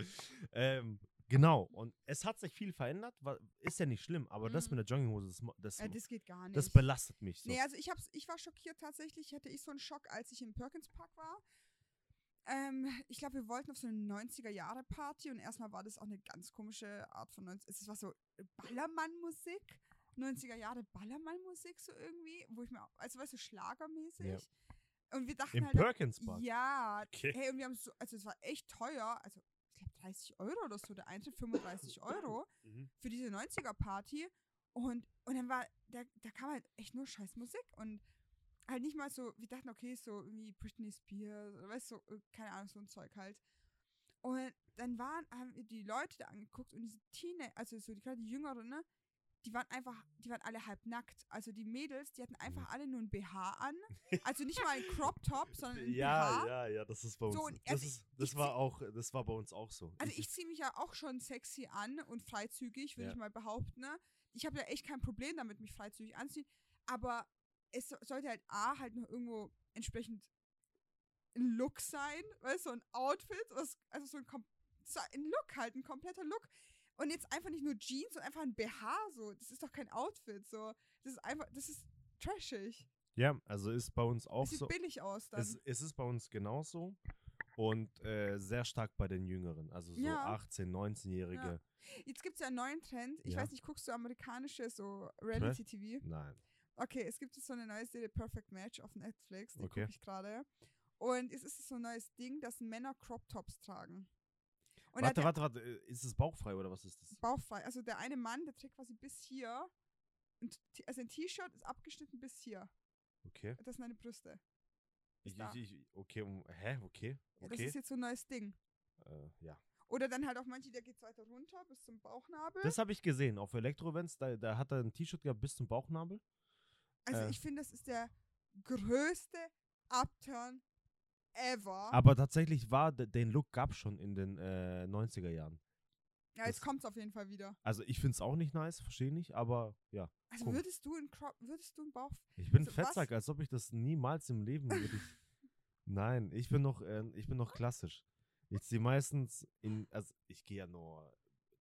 Speaker 1: Ähm, genau, und es hat sich viel verändert, wa- ist ja nicht schlimm, aber das
Speaker 2: Mhm.
Speaker 1: mit der Jogginghose, das, mo- das,
Speaker 2: Ja, das geht gar nicht.
Speaker 1: das belastet mich. So.
Speaker 2: Nee, also ich, hab's, ich war schockiert tatsächlich. Hatte ich so einen Schock, als ich im Perkins Park war. Ähm, ich glaube, wir wollten auf so eine 90er-Jahre-Party und erstmal war das auch eine ganz komische Art von 90 Es war so Ballermann-Musik, 90er-Jahre-Ballermann-Musik so irgendwie, wo ich mir, auch- also weißt du, schlagermäßig. Und wir dachten
Speaker 1: Im
Speaker 2: halt,
Speaker 1: Perkins Park.
Speaker 2: ja,
Speaker 1: Okay.
Speaker 2: hey, und wir haben so, also es war echt teuer, also ich glaube 30 Euro oder so, der Eintritt
Speaker 1: *laughs*
Speaker 2: 35 Euro
Speaker 1: Mhm.
Speaker 2: für diese 90er-Party. Und, und dann war, da, da kam halt echt nur scheiß Musik und halt nicht mal so, wir dachten, okay, so irgendwie Britney Spears, oder weißt du, so, äh, keine Ahnung, so ein Zeug halt. Und dann waren, haben wir die Leute da angeguckt und diese Teenager, also so die, gerade die Jüngeren, ne, die waren einfach, die waren alle halb nackt. Also die Mädels, die hatten einfach alle nur ein BH an. Also nicht mal ein Crop-Top, sondern ein
Speaker 1: Äh,
Speaker 2: BH.
Speaker 1: Ja, ja, ja, das ist bei uns.
Speaker 2: So, und
Speaker 1: das,
Speaker 2: also
Speaker 1: ist,
Speaker 2: ich-
Speaker 1: das
Speaker 2: ich
Speaker 1: war
Speaker 2: zieh-
Speaker 1: auch, das war bei uns auch so.
Speaker 2: Also ich ziehe mich ja auch schon sexy an und freizügig, würde
Speaker 1: Ja.
Speaker 2: ich mal behaupten. ne? Ich habe ja echt kein Problem damit, mich freizügig anzuziehen. Aber es so- sollte halt A, halt noch irgendwo entsprechend ein Look sein, weißt du, so ein Outfit, was, also so ein, kom- so ein Look halt, ein kompletter Look. Und jetzt einfach nicht nur Jeans und einfach ein BH, so. Das ist doch kein Outfit, so. Das ist einfach, das ist trashig.
Speaker 1: ja, also ist bei uns auch
Speaker 2: Das sieht
Speaker 1: so.
Speaker 2: billig aus dann.
Speaker 1: Es, es ist bei uns genauso und äh, sehr stark bei den Jüngeren, also so
Speaker 2: Ja.
Speaker 1: 18-, 19-Jährige.
Speaker 2: Ja. Jetzt gibt es ja einen neuen Trend. Ich
Speaker 1: Ja.
Speaker 2: weiß nicht, guckst du amerikanische so Reality-TV?
Speaker 1: Nein.
Speaker 2: Okay, es gibt jetzt so eine neue Serie Perfect Match auf Netflix, die
Speaker 1: Okay.
Speaker 2: gucke ich gerade. Und es ist so ein neues Ding, dass Männer Crop Tops tragen. Und
Speaker 1: warte,
Speaker 2: der
Speaker 1: warte, warte, äh, ist es bauchfrei oder was ist das?
Speaker 2: bauchfrei, also der eine Mann, der trägt quasi bis hier, ein T- also ein T-Shirt ist abgeschnitten bis hier.
Speaker 1: Okay.
Speaker 2: Das sind meine Brüste.
Speaker 1: Ich,
Speaker 2: da.
Speaker 1: ich, ich, okay, um, hä, okay,
Speaker 2: Ja, Das
Speaker 1: okay.
Speaker 2: ist jetzt so ein neues Ding.
Speaker 1: äh, ja.
Speaker 2: Oder dann halt auch manche, der geht weiter runter bis zum Bauchnabel.
Speaker 1: Das habe ich gesehen auf Elektrovents, da, da hat er ein T-Shirt gehabt bis zum Bauchnabel.
Speaker 2: also
Speaker 1: äh.
Speaker 2: ich finde, das ist der größte Upturn ever.
Speaker 1: Aber tatsächlich war, de- den Look gab schon in den äh, 90er Jahren.
Speaker 2: Ja, jetzt
Speaker 1: Das-
Speaker 2: kommt es auf jeden Fall wieder.
Speaker 1: Also ich finde es auch nicht nice, verstehe nicht, aber ja.
Speaker 2: Also
Speaker 1: Guck.
Speaker 2: würdest du einen Crop, würdest du einen Bauch.
Speaker 1: Ich bin
Speaker 2: So, Also, was-
Speaker 1: Fettsack, als ob ich das niemals im Leben wirklich. Nein, ich bin noch, äh, ich bin noch klassisch. Ich ziehe meistens in, also ich gehe ja nur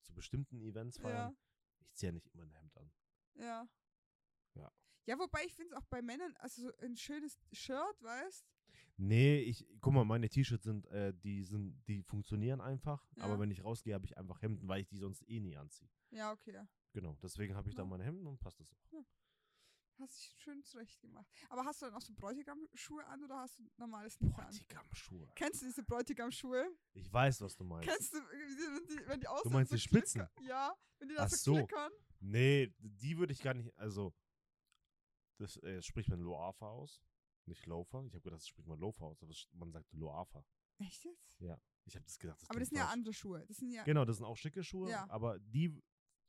Speaker 1: zu bestimmten Events feiern.
Speaker 2: Ja,
Speaker 1: Ich ziehe ja nicht immer ein Hemd an.
Speaker 2: ja.
Speaker 1: Ja.
Speaker 2: Ja, wobei ich finde es auch bei Männern, also so ein schönes Shirt, weißt
Speaker 1: Nee, ich, guck mal, meine T-Shirts sind, äh, die sind, die funktionieren einfach,
Speaker 2: Ja.
Speaker 1: aber wenn ich rausgehe, habe ich einfach Hemden, weil ich die sonst eh nie anziehe.
Speaker 2: Ja, okay.
Speaker 1: Genau, deswegen habe ich da
Speaker 2: Ja.
Speaker 1: meine Hemden und passt das auch.
Speaker 2: Hast dich schön zurecht gemacht. Aber hast du dann auch so Bräutigam-Schuhe an oder hast du normale Sneaker an?
Speaker 1: Bräutigamschuhe.
Speaker 2: Kennst du diese Bräutigam-Schuhe?
Speaker 1: Ich weiß, was du meinst.
Speaker 2: Kennst du, wenn die, wenn die aussehen?
Speaker 1: meinst
Speaker 2: so
Speaker 1: die Spitzen?
Speaker 2: klicker- Ja, wenn die da
Speaker 1: Ach
Speaker 2: so
Speaker 1: so.
Speaker 2: klickern.
Speaker 1: Nee, Ne, die würde ich gar nicht, also, das äh, spricht man Loafa aus, nicht Loafer. Ich habe gedacht, das spricht man Loafer aus, aber es- man sagt Loafa.
Speaker 2: Echt jetzt?
Speaker 1: Ich habe das gedacht, das
Speaker 2: Aber das sind
Speaker 1: klingt
Speaker 2: ja
Speaker 1: falsch.
Speaker 2: andere Schuhe. Das sind ja.
Speaker 1: Genau, das sind auch schicke Schuhe,
Speaker 2: Ja.
Speaker 1: aber die,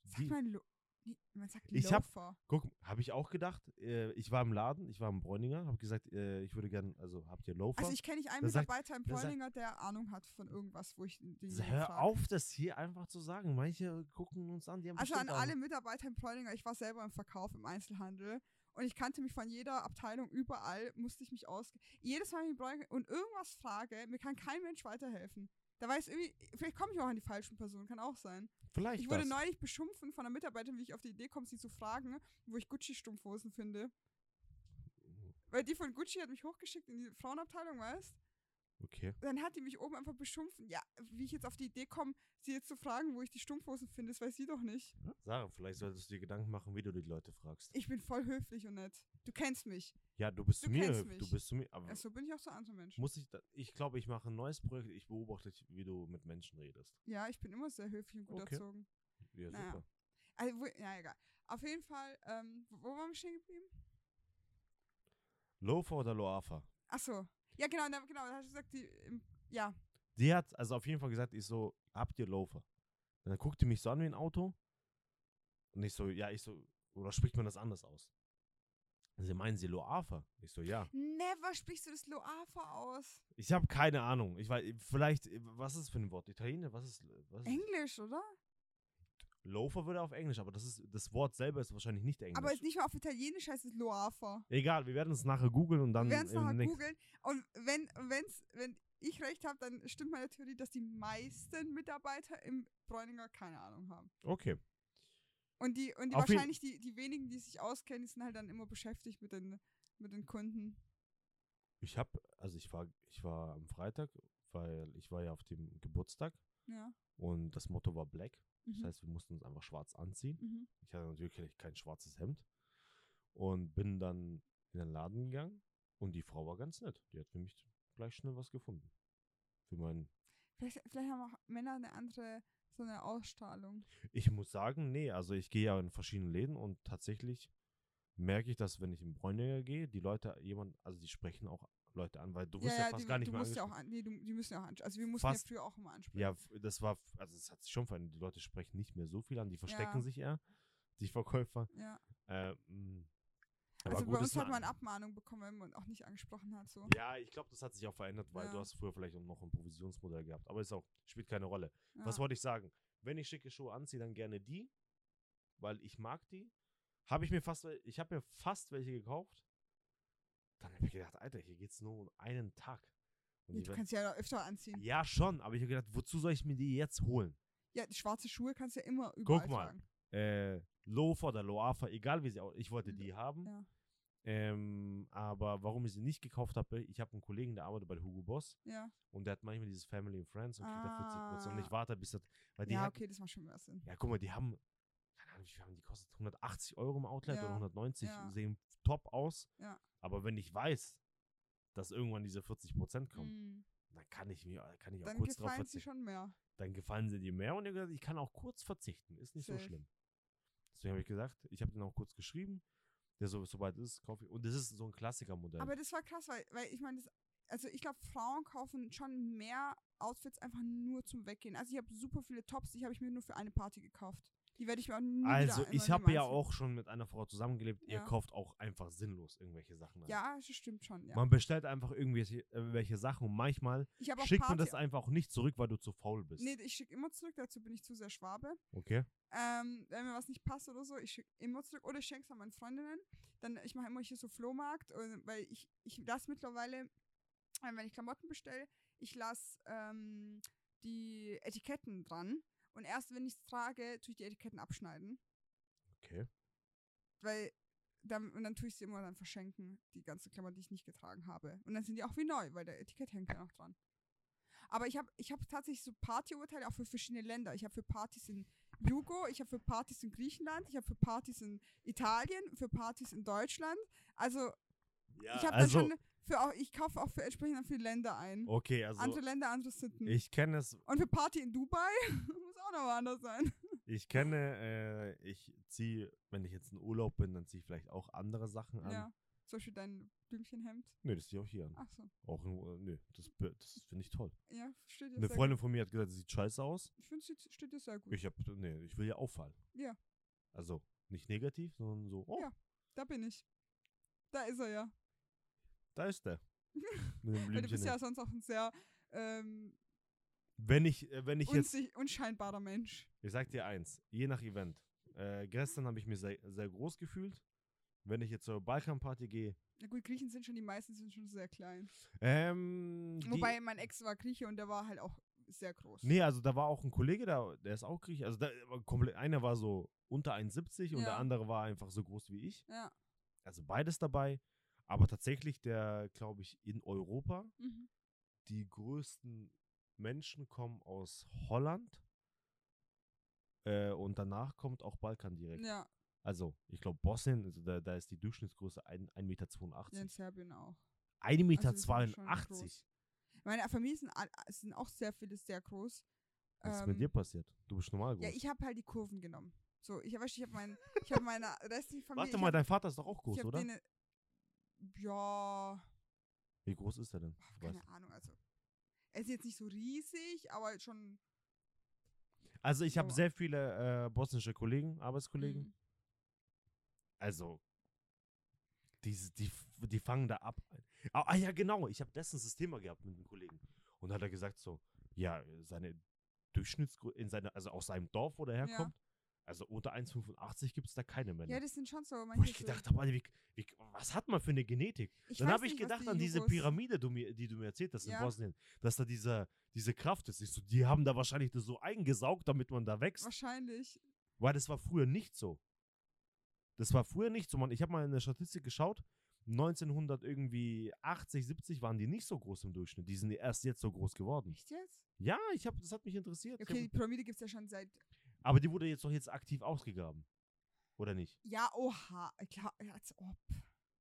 Speaker 2: Sag
Speaker 1: die
Speaker 2: mal, Lo nee, man sagt
Speaker 1: Ich hab-
Speaker 2: Loafer.
Speaker 1: guck, habe ich auch gedacht, äh, ich war im Laden, ich war im Bräuninger, habe gesagt, äh, ich würde gerne, also, habt ihr Loafer?
Speaker 2: Also ich kenne nicht einen
Speaker 1: Der sagt-
Speaker 2: Mitarbeiter im
Speaker 1: der sagt-
Speaker 2: Bräuninger, der Ahnung hat von irgendwas, wo ich den
Speaker 1: S-
Speaker 2: jemand
Speaker 1: Hör
Speaker 2: frag.
Speaker 1: auf, das hier einfach zu sagen. Manche gucken uns an, die haben
Speaker 2: Also an
Speaker 1: bestimmt Ahnung.
Speaker 2: alle Mitarbeiter im Bräuninger, ich war selber im Verkauf im Einzelhandel und ich kannte mich von jeder Abteilung überall, musste ich mich aus jedes Mal wenn ich im Bräuninger und irgendwas frage, mir kann kein Mensch weiterhelfen. Da weiß irgendwie, vielleicht komme ich auch an die falschen Personen, kann auch sein.
Speaker 1: Vielleicht
Speaker 2: Ich wurde
Speaker 1: das.
Speaker 2: neulich beschimpfen von einer Mitarbeiterin, wie ich auf die Idee komme, sie zu fragen, wo ich Gucci-Strumpfhosen finde. Weil die von Gucci hat mich hochgeschickt in die Frauenabteilung, weißt?
Speaker 1: Okay.
Speaker 2: Dann hat die mich oben einfach beschimpfen. Ja, wie ich jetzt auf die Idee komme, sie jetzt zu fragen, wo ich die Strumpfhosen finde, das weiß sie doch nicht.
Speaker 1: Sarah, vielleicht solltest du dir Gedanken machen, wie du die Leute fragst.
Speaker 2: Ich bin voll höflich und nett. Du kennst mich.
Speaker 1: ja, du bist
Speaker 2: Du
Speaker 1: zu mir.
Speaker 2: kennst
Speaker 1: hilf-
Speaker 2: mich.
Speaker 1: Du bist zu mir. Aber
Speaker 2: Ja, so bin ich auch zu anderen Menschen.
Speaker 1: muss ich. Da, ich glaube, ich mache ein neues Projekt. Ich beobachte, dich, wie du mit Menschen redest.
Speaker 2: Ja, ich bin immer sehr höflich und gut
Speaker 1: Okay.
Speaker 2: erzogen.
Speaker 1: Ja,
Speaker 2: Naja.
Speaker 1: super.
Speaker 2: Also, wo, ja, egal. Auf jeden Fall, ähm, wo, wo waren wir stehen geblieben?
Speaker 1: Loafer oder Loafa?
Speaker 2: Ach so. Ja, genau, na, genau. Da hast du gesagt, die, im, ja,
Speaker 1: Die hat also auf jeden Fall gesagt, ich so, habt ihr Loafer? Dann guckt die mich so an wie ein Auto. Und ich so, ja, ich so, oder spricht man das anders aus? Sie meinen sie Loafa? Ich so, ja.
Speaker 2: Never sprichst du das Loafa aus.
Speaker 1: Ich habe keine Ahnung. Ich weiß, vielleicht, äh, was ist für ein Wort? Italiener? Was ist. Was ist
Speaker 2: Englisch, oder?
Speaker 1: Loafer würde auf Englisch, aber das, ist, das Wort selber ist wahrscheinlich nicht Englisch.
Speaker 2: Aber ist nicht mal auf Italienisch heißt es Loafa.
Speaker 1: Egal, wir werden es nachher googeln und dann.
Speaker 2: Wir werden es
Speaker 1: im
Speaker 2: nachher
Speaker 1: nächsten-
Speaker 2: googeln. Und wenn, wenn's, wenn ich recht habe, dann stimmt meine Theorie, dass die meisten Mitarbeiter im Bräuninger keine Ahnung haben.
Speaker 1: Okay.
Speaker 2: Und die, und die
Speaker 1: Auf jeden-
Speaker 2: wahrscheinlich die, die wenigen, die sich auskennen, die sind halt dann immer beschäftigt mit den, mit den Kunden.
Speaker 1: Ich habe, also ich war, ich war am Freitag, weil ich war ja auf dem Geburtstag
Speaker 2: Ja.
Speaker 1: und das Motto war Black.
Speaker 2: Mhm.
Speaker 1: Das heißt, wir mussten uns einfach schwarz anziehen.
Speaker 2: mhm.
Speaker 1: Ich hatte natürlich kein schwarzes Hemd und bin dann in den Laden gegangen und die Frau war ganz nett. Die hat für mich gleich schnell was gefunden. Für meinen
Speaker 2: Vielleicht, vielleicht haben auch Männer eine andere, so eine Ausstrahlung.
Speaker 1: Ich muss sagen, nee, also ich gehe ja in verschiedene Läden und tatsächlich merke ich, dass wenn ich in Bräuninger gehe, die Leute jemand, also die sprechen auch Leute an, weil du wirst ja, fast
Speaker 2: die,
Speaker 1: gar nicht
Speaker 2: du
Speaker 1: mehr
Speaker 2: musst ja auch
Speaker 1: angesprochen.
Speaker 2: an, nee, du, die müssen ja auch ansprechen. Also wir mussten
Speaker 1: Fast-
Speaker 2: ja früher auch immer ansprechen.
Speaker 1: Ja, f- das war, f- also es hat sich schon verändert. Die Leute sprechen nicht mehr so viel an, die verstecken
Speaker 2: Ja.
Speaker 1: sich eher, die Verkäufer.
Speaker 2: ja.
Speaker 1: Äh, mh. aber
Speaker 2: Also
Speaker 1: gut,
Speaker 2: bei
Speaker 1: ist
Speaker 2: uns
Speaker 1: eine
Speaker 2: hat man
Speaker 1: andere-
Speaker 2: Abmahnung bekommen, wenn man auch nicht angesprochen hat. So.
Speaker 1: Ja, ich glaube, das hat sich auch verändert, weil du
Speaker 2: Ja.
Speaker 1: hast früher vielleicht auch noch ein Provisionsmodell gehabt. Aber ist auch, spielt keine Rolle.
Speaker 2: Ja.
Speaker 1: Was wollte ich sagen? Wenn ich schicke Schuhe anziehe, dann gerne die, weil ich mag die. Habe ich mir fast, wel- ich habe mir fast welche gekauft. Dann habe ich gedacht, Alter, hier geht's nur um einen Tag. Und
Speaker 2: nee,
Speaker 1: die
Speaker 2: du
Speaker 1: werden-
Speaker 2: kannst ja öfter anziehen.
Speaker 1: ja schon, aber ich habe gedacht, wozu soll ich mir die jetzt holen?
Speaker 2: Ja, die schwarze Schuhe kannst du ja immer überall
Speaker 1: mal.
Speaker 2: tragen.
Speaker 1: Äh, Loafer oder Loafer, egal wie sie auch, ich wollte die haben.
Speaker 2: Ja.
Speaker 1: Ähm, aber warum ich sie nicht gekauft habe, ich habe einen Kollegen, der arbeitet bei Hugo Boss
Speaker 2: Ja,
Speaker 1: und der hat manchmal dieses Family and Friends und kriegt da 40 und
Speaker 2: Ah.
Speaker 1: ich warte bis das, weil die
Speaker 2: ja
Speaker 1: hat,
Speaker 2: okay, das macht schon mehr Sinn.
Speaker 1: Ja, guck mal, die haben, keine Ahnung, wie viel haben die kostet? 180 Euro im Outlet
Speaker 2: Ja,
Speaker 1: oder 190,
Speaker 2: ja.
Speaker 1: sehen top aus.
Speaker 2: Ja.
Speaker 1: Aber wenn ich weiß, dass irgendwann diese 40 Prozent kommen,
Speaker 2: Mm.
Speaker 1: dann kann ich mir, kann ich auch
Speaker 2: Dann
Speaker 1: kurz drauf
Speaker 2: gefallen sie
Speaker 1: verzichten.
Speaker 2: schon mehr.
Speaker 1: Dann gefallen sie dir mehr und ich hab gesagt, ich kann auch kurz verzichten, ist nicht so
Speaker 2: Safe.
Speaker 1: schlimm. Deswegen habe ich gesagt, ich habe den auch kurz geschrieben, der so, sobald es ist, kaufe ich. Und das ist so ein Klassikermodell.
Speaker 2: Aber das war krass, weil, weil ich meine, das- also ich glaube, Frauen kaufen schon mehr Outfits einfach nur zum Weggehen. Also ich habe super viele Tops, die habe ich mir nur für eine Party gekauft. Die werde ich mir auch nie wieder
Speaker 1: Also,
Speaker 2: einmal
Speaker 1: ich habe ja
Speaker 2: jemals-
Speaker 1: auch schon mit einer Frau zusammengelebt. Ihr
Speaker 2: Ja.
Speaker 1: kauft auch einfach sinnlos irgendwelche Sachen. ein.
Speaker 2: Ja, das stimmt schon, ja.
Speaker 1: Man bestellt einfach irgendwelche äh, welche Sachen und manchmal
Speaker 2: Ich habe auch
Speaker 1: schickt
Speaker 2: Party.
Speaker 1: man das einfach auch nicht zurück, weil du zu faul bist.
Speaker 2: Nee, ich schicke immer zurück, dazu bin ich zu sehr Schwabe.
Speaker 1: Okay.
Speaker 2: Ähm, wenn mir was nicht passt oder so, ich schicke immer zurück oder ich schenke es an meine Freundinnen. Dann, ich mache immer hier so Flohmarkt, und, weil ich, ich lasse mittlerweile, äh, wenn ich Klamotten bestelle, ich lasse ähm, die Etiketten dran. Und erst wenn ich es trage, tue ich die Etiketten abschneiden.
Speaker 1: Okay.
Speaker 2: Weil dann, und dann tue ich sie immer dann verschenken, die ganzen Klamotten, die ich nicht getragen habe. Und dann sind die auch wie neu, weil der Etikett hängt ja noch dran. Aber ich habe ich hab tatsächlich so Partyurteile auch für verschiedene Länder. Ich habe für Partys in Jugo, ich habe für Partys in Griechenland, ich habe für Partys in Italien, für Partys in Deutschland. Also
Speaker 1: Ja,
Speaker 2: ich habe
Speaker 1: also,
Speaker 2: da schon für auch, ich kaufe auch für entsprechend viele Länder ein.
Speaker 1: okay, also
Speaker 2: andere Länder, andere Sitten.
Speaker 1: ich kenne es,
Speaker 2: Und für Party in Dubai *laughs* muss auch noch mal anders sein.
Speaker 1: ich kenne, äh, ich ziehe, wenn ich jetzt in Urlaub bin, dann ziehe ich vielleicht auch andere Sachen an.
Speaker 2: Ja. Zum Beispiel dein Blümchenhemd.
Speaker 1: Nö, Ne, das ziehe ich auch hier an.
Speaker 2: Ach so.
Speaker 1: Auch in, Ur- nö, das, be- das finde ich toll.
Speaker 2: Ja, steht dir
Speaker 1: Eine
Speaker 2: sehr
Speaker 1: Freundin von mir hat gesagt, das sieht scheiße aus.
Speaker 2: gut. Ich finde, es steht dir sehr gut.
Speaker 1: Ich hab, nee, ich will ja auffallen.
Speaker 2: Ja.
Speaker 1: Also, nicht negativ, sondern so, oh,
Speaker 2: Ja. Da bin ich. Da ist er ja.
Speaker 1: da ist
Speaker 2: *laughs*
Speaker 1: der. Mit dem
Speaker 2: Weil du bist
Speaker 1: Blümchen.
Speaker 2: ja sonst auch ein sehr ähm,
Speaker 1: Wenn ich, äh, wenn ich jetzt
Speaker 2: unsich- unscheinbarer Mensch.
Speaker 1: Ich sag dir eins, je nach Event. Äh, gestern habe ich mich sehr, sehr groß gefühlt. Wenn ich jetzt zur Balkanparty gehe.
Speaker 2: Na gut, Griechen sind schon, die meisten sind schon sehr klein.
Speaker 1: Ähm, die,
Speaker 2: Wobei mein Ex war Grieche und der war halt auch sehr groß.
Speaker 1: Nee, also da war auch ein Kollege da, der ist auch Grieche. Also da, war komplett, einer war so unter 1,70 und
Speaker 2: Ja.
Speaker 1: der andere war einfach so groß wie ich.
Speaker 2: Ja.
Speaker 1: Also beides dabei. Aber tatsächlich, der, glaube ich, in Europa,
Speaker 2: Mhm.
Speaker 1: die größten Menschen kommen aus Holland. Äh, und danach kommt auch Balkan direkt.
Speaker 2: Ja,
Speaker 1: Also, ich glaube, Bosnien, also da, da ist die Durchschnittsgröße ein- 1,82 Meter.
Speaker 2: ja, in Serbien auch.
Speaker 1: 1,82 Meter.
Speaker 2: Also wir sind schon groß. Meine Familie sind, all- sind auch sehr viele sehr groß.
Speaker 1: Was ist
Speaker 2: Ähm,
Speaker 1: mit dir passiert? Du bist normal groß.
Speaker 2: Ja, ich habe halt die Kurven genommen. So, ich, weißt, du, ich habe mein, ich hab
Speaker 1: *laughs*
Speaker 2: meine restliche Familie.
Speaker 1: Warte mal,
Speaker 2: ich
Speaker 1: dein Vater ist doch auch
Speaker 2: hab, ich
Speaker 1: groß,
Speaker 2: hab
Speaker 1: oder?
Speaker 2: denen- ja,
Speaker 1: Wie groß ist er denn?
Speaker 2: Ach,
Speaker 1: Du weißt-
Speaker 2: keine Ahnung, also. Er ist jetzt nicht so riesig, aber schon.
Speaker 1: Also, ich habe
Speaker 2: So.
Speaker 1: sehr viele äh, bosnische Kollegen, Arbeitskollegen.
Speaker 2: Mhm.
Speaker 1: Also, die, s- die, f- die fangen da ab. Ah, ah ja, genau. Ich habe letztens das Thema gehabt mit einem Kollegen. Und hat er gesagt so, ja, seine Durchschnittsgröße, in seine, also aus seinem Dorf, wo der
Speaker 2: Ja.
Speaker 1: herkommt, also unter 1,85 gibt es da keine Männer.
Speaker 2: Ja, das sind schon so
Speaker 1: Wo
Speaker 2: manche.
Speaker 1: ich gedacht habe, Alter, wie, wie, was hat man für eine Genetik? Dann habe ich gedacht an diese Pyramide, du mir, die du mir erzählt hast
Speaker 2: Ja.
Speaker 1: in Bosnien, dass da dieser, diese Kraft ist. Ich so, die haben da wahrscheinlich das so eingesaugt, damit man da wächst.
Speaker 2: Wahrscheinlich.
Speaker 1: Weil das war früher nicht so. Das war früher nicht so. Man, ich habe mal in der Statistik geschaut, 1900 irgendwie 80, 70 waren die nicht so groß im Durchschnitt. Die sind erst jetzt so groß geworden.
Speaker 2: Echt jetzt?
Speaker 1: Ja, ich hab, das hat mich interessiert. Ich
Speaker 2: Okay, die
Speaker 1: Hab,
Speaker 2: Pyramide gibt es ja schon seit.
Speaker 1: aber die wurde jetzt doch jetzt aktiv ausgegraben. Oder nicht?
Speaker 2: Ja, oha. Klar, ja, als ob.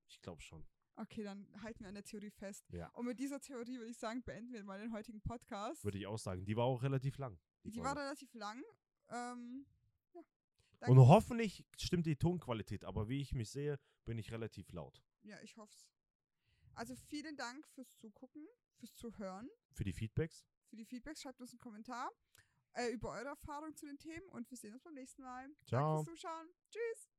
Speaker 1: Ich glaube schon.
Speaker 2: Okay, dann halten wir an der Theorie fest.
Speaker 1: Ja.
Speaker 2: Und mit dieser Theorie würde ich sagen, beenden wir mal den heutigen Podcast.
Speaker 1: Würde ich auch sagen. Die war auch relativ lang.
Speaker 2: die
Speaker 1: Folge.
Speaker 2: war relativ lang. Ähm, ja.
Speaker 1: Und hoffentlich stimmt die Tonqualität, aber wie ich mich sehe, bin ich relativ laut.
Speaker 2: Ja, ich hoffe's. Also vielen Dank fürs Zugucken, fürs Zuhören.
Speaker 1: Für die Feedbacks.
Speaker 2: für die Feedbacks. Schreibt uns einen Kommentar äh, über eure Erfahrung zu den Themen und wir sehen uns beim nächsten Mal.
Speaker 1: Ciao.
Speaker 2: Danke fürs Zuschauen. Tschüss.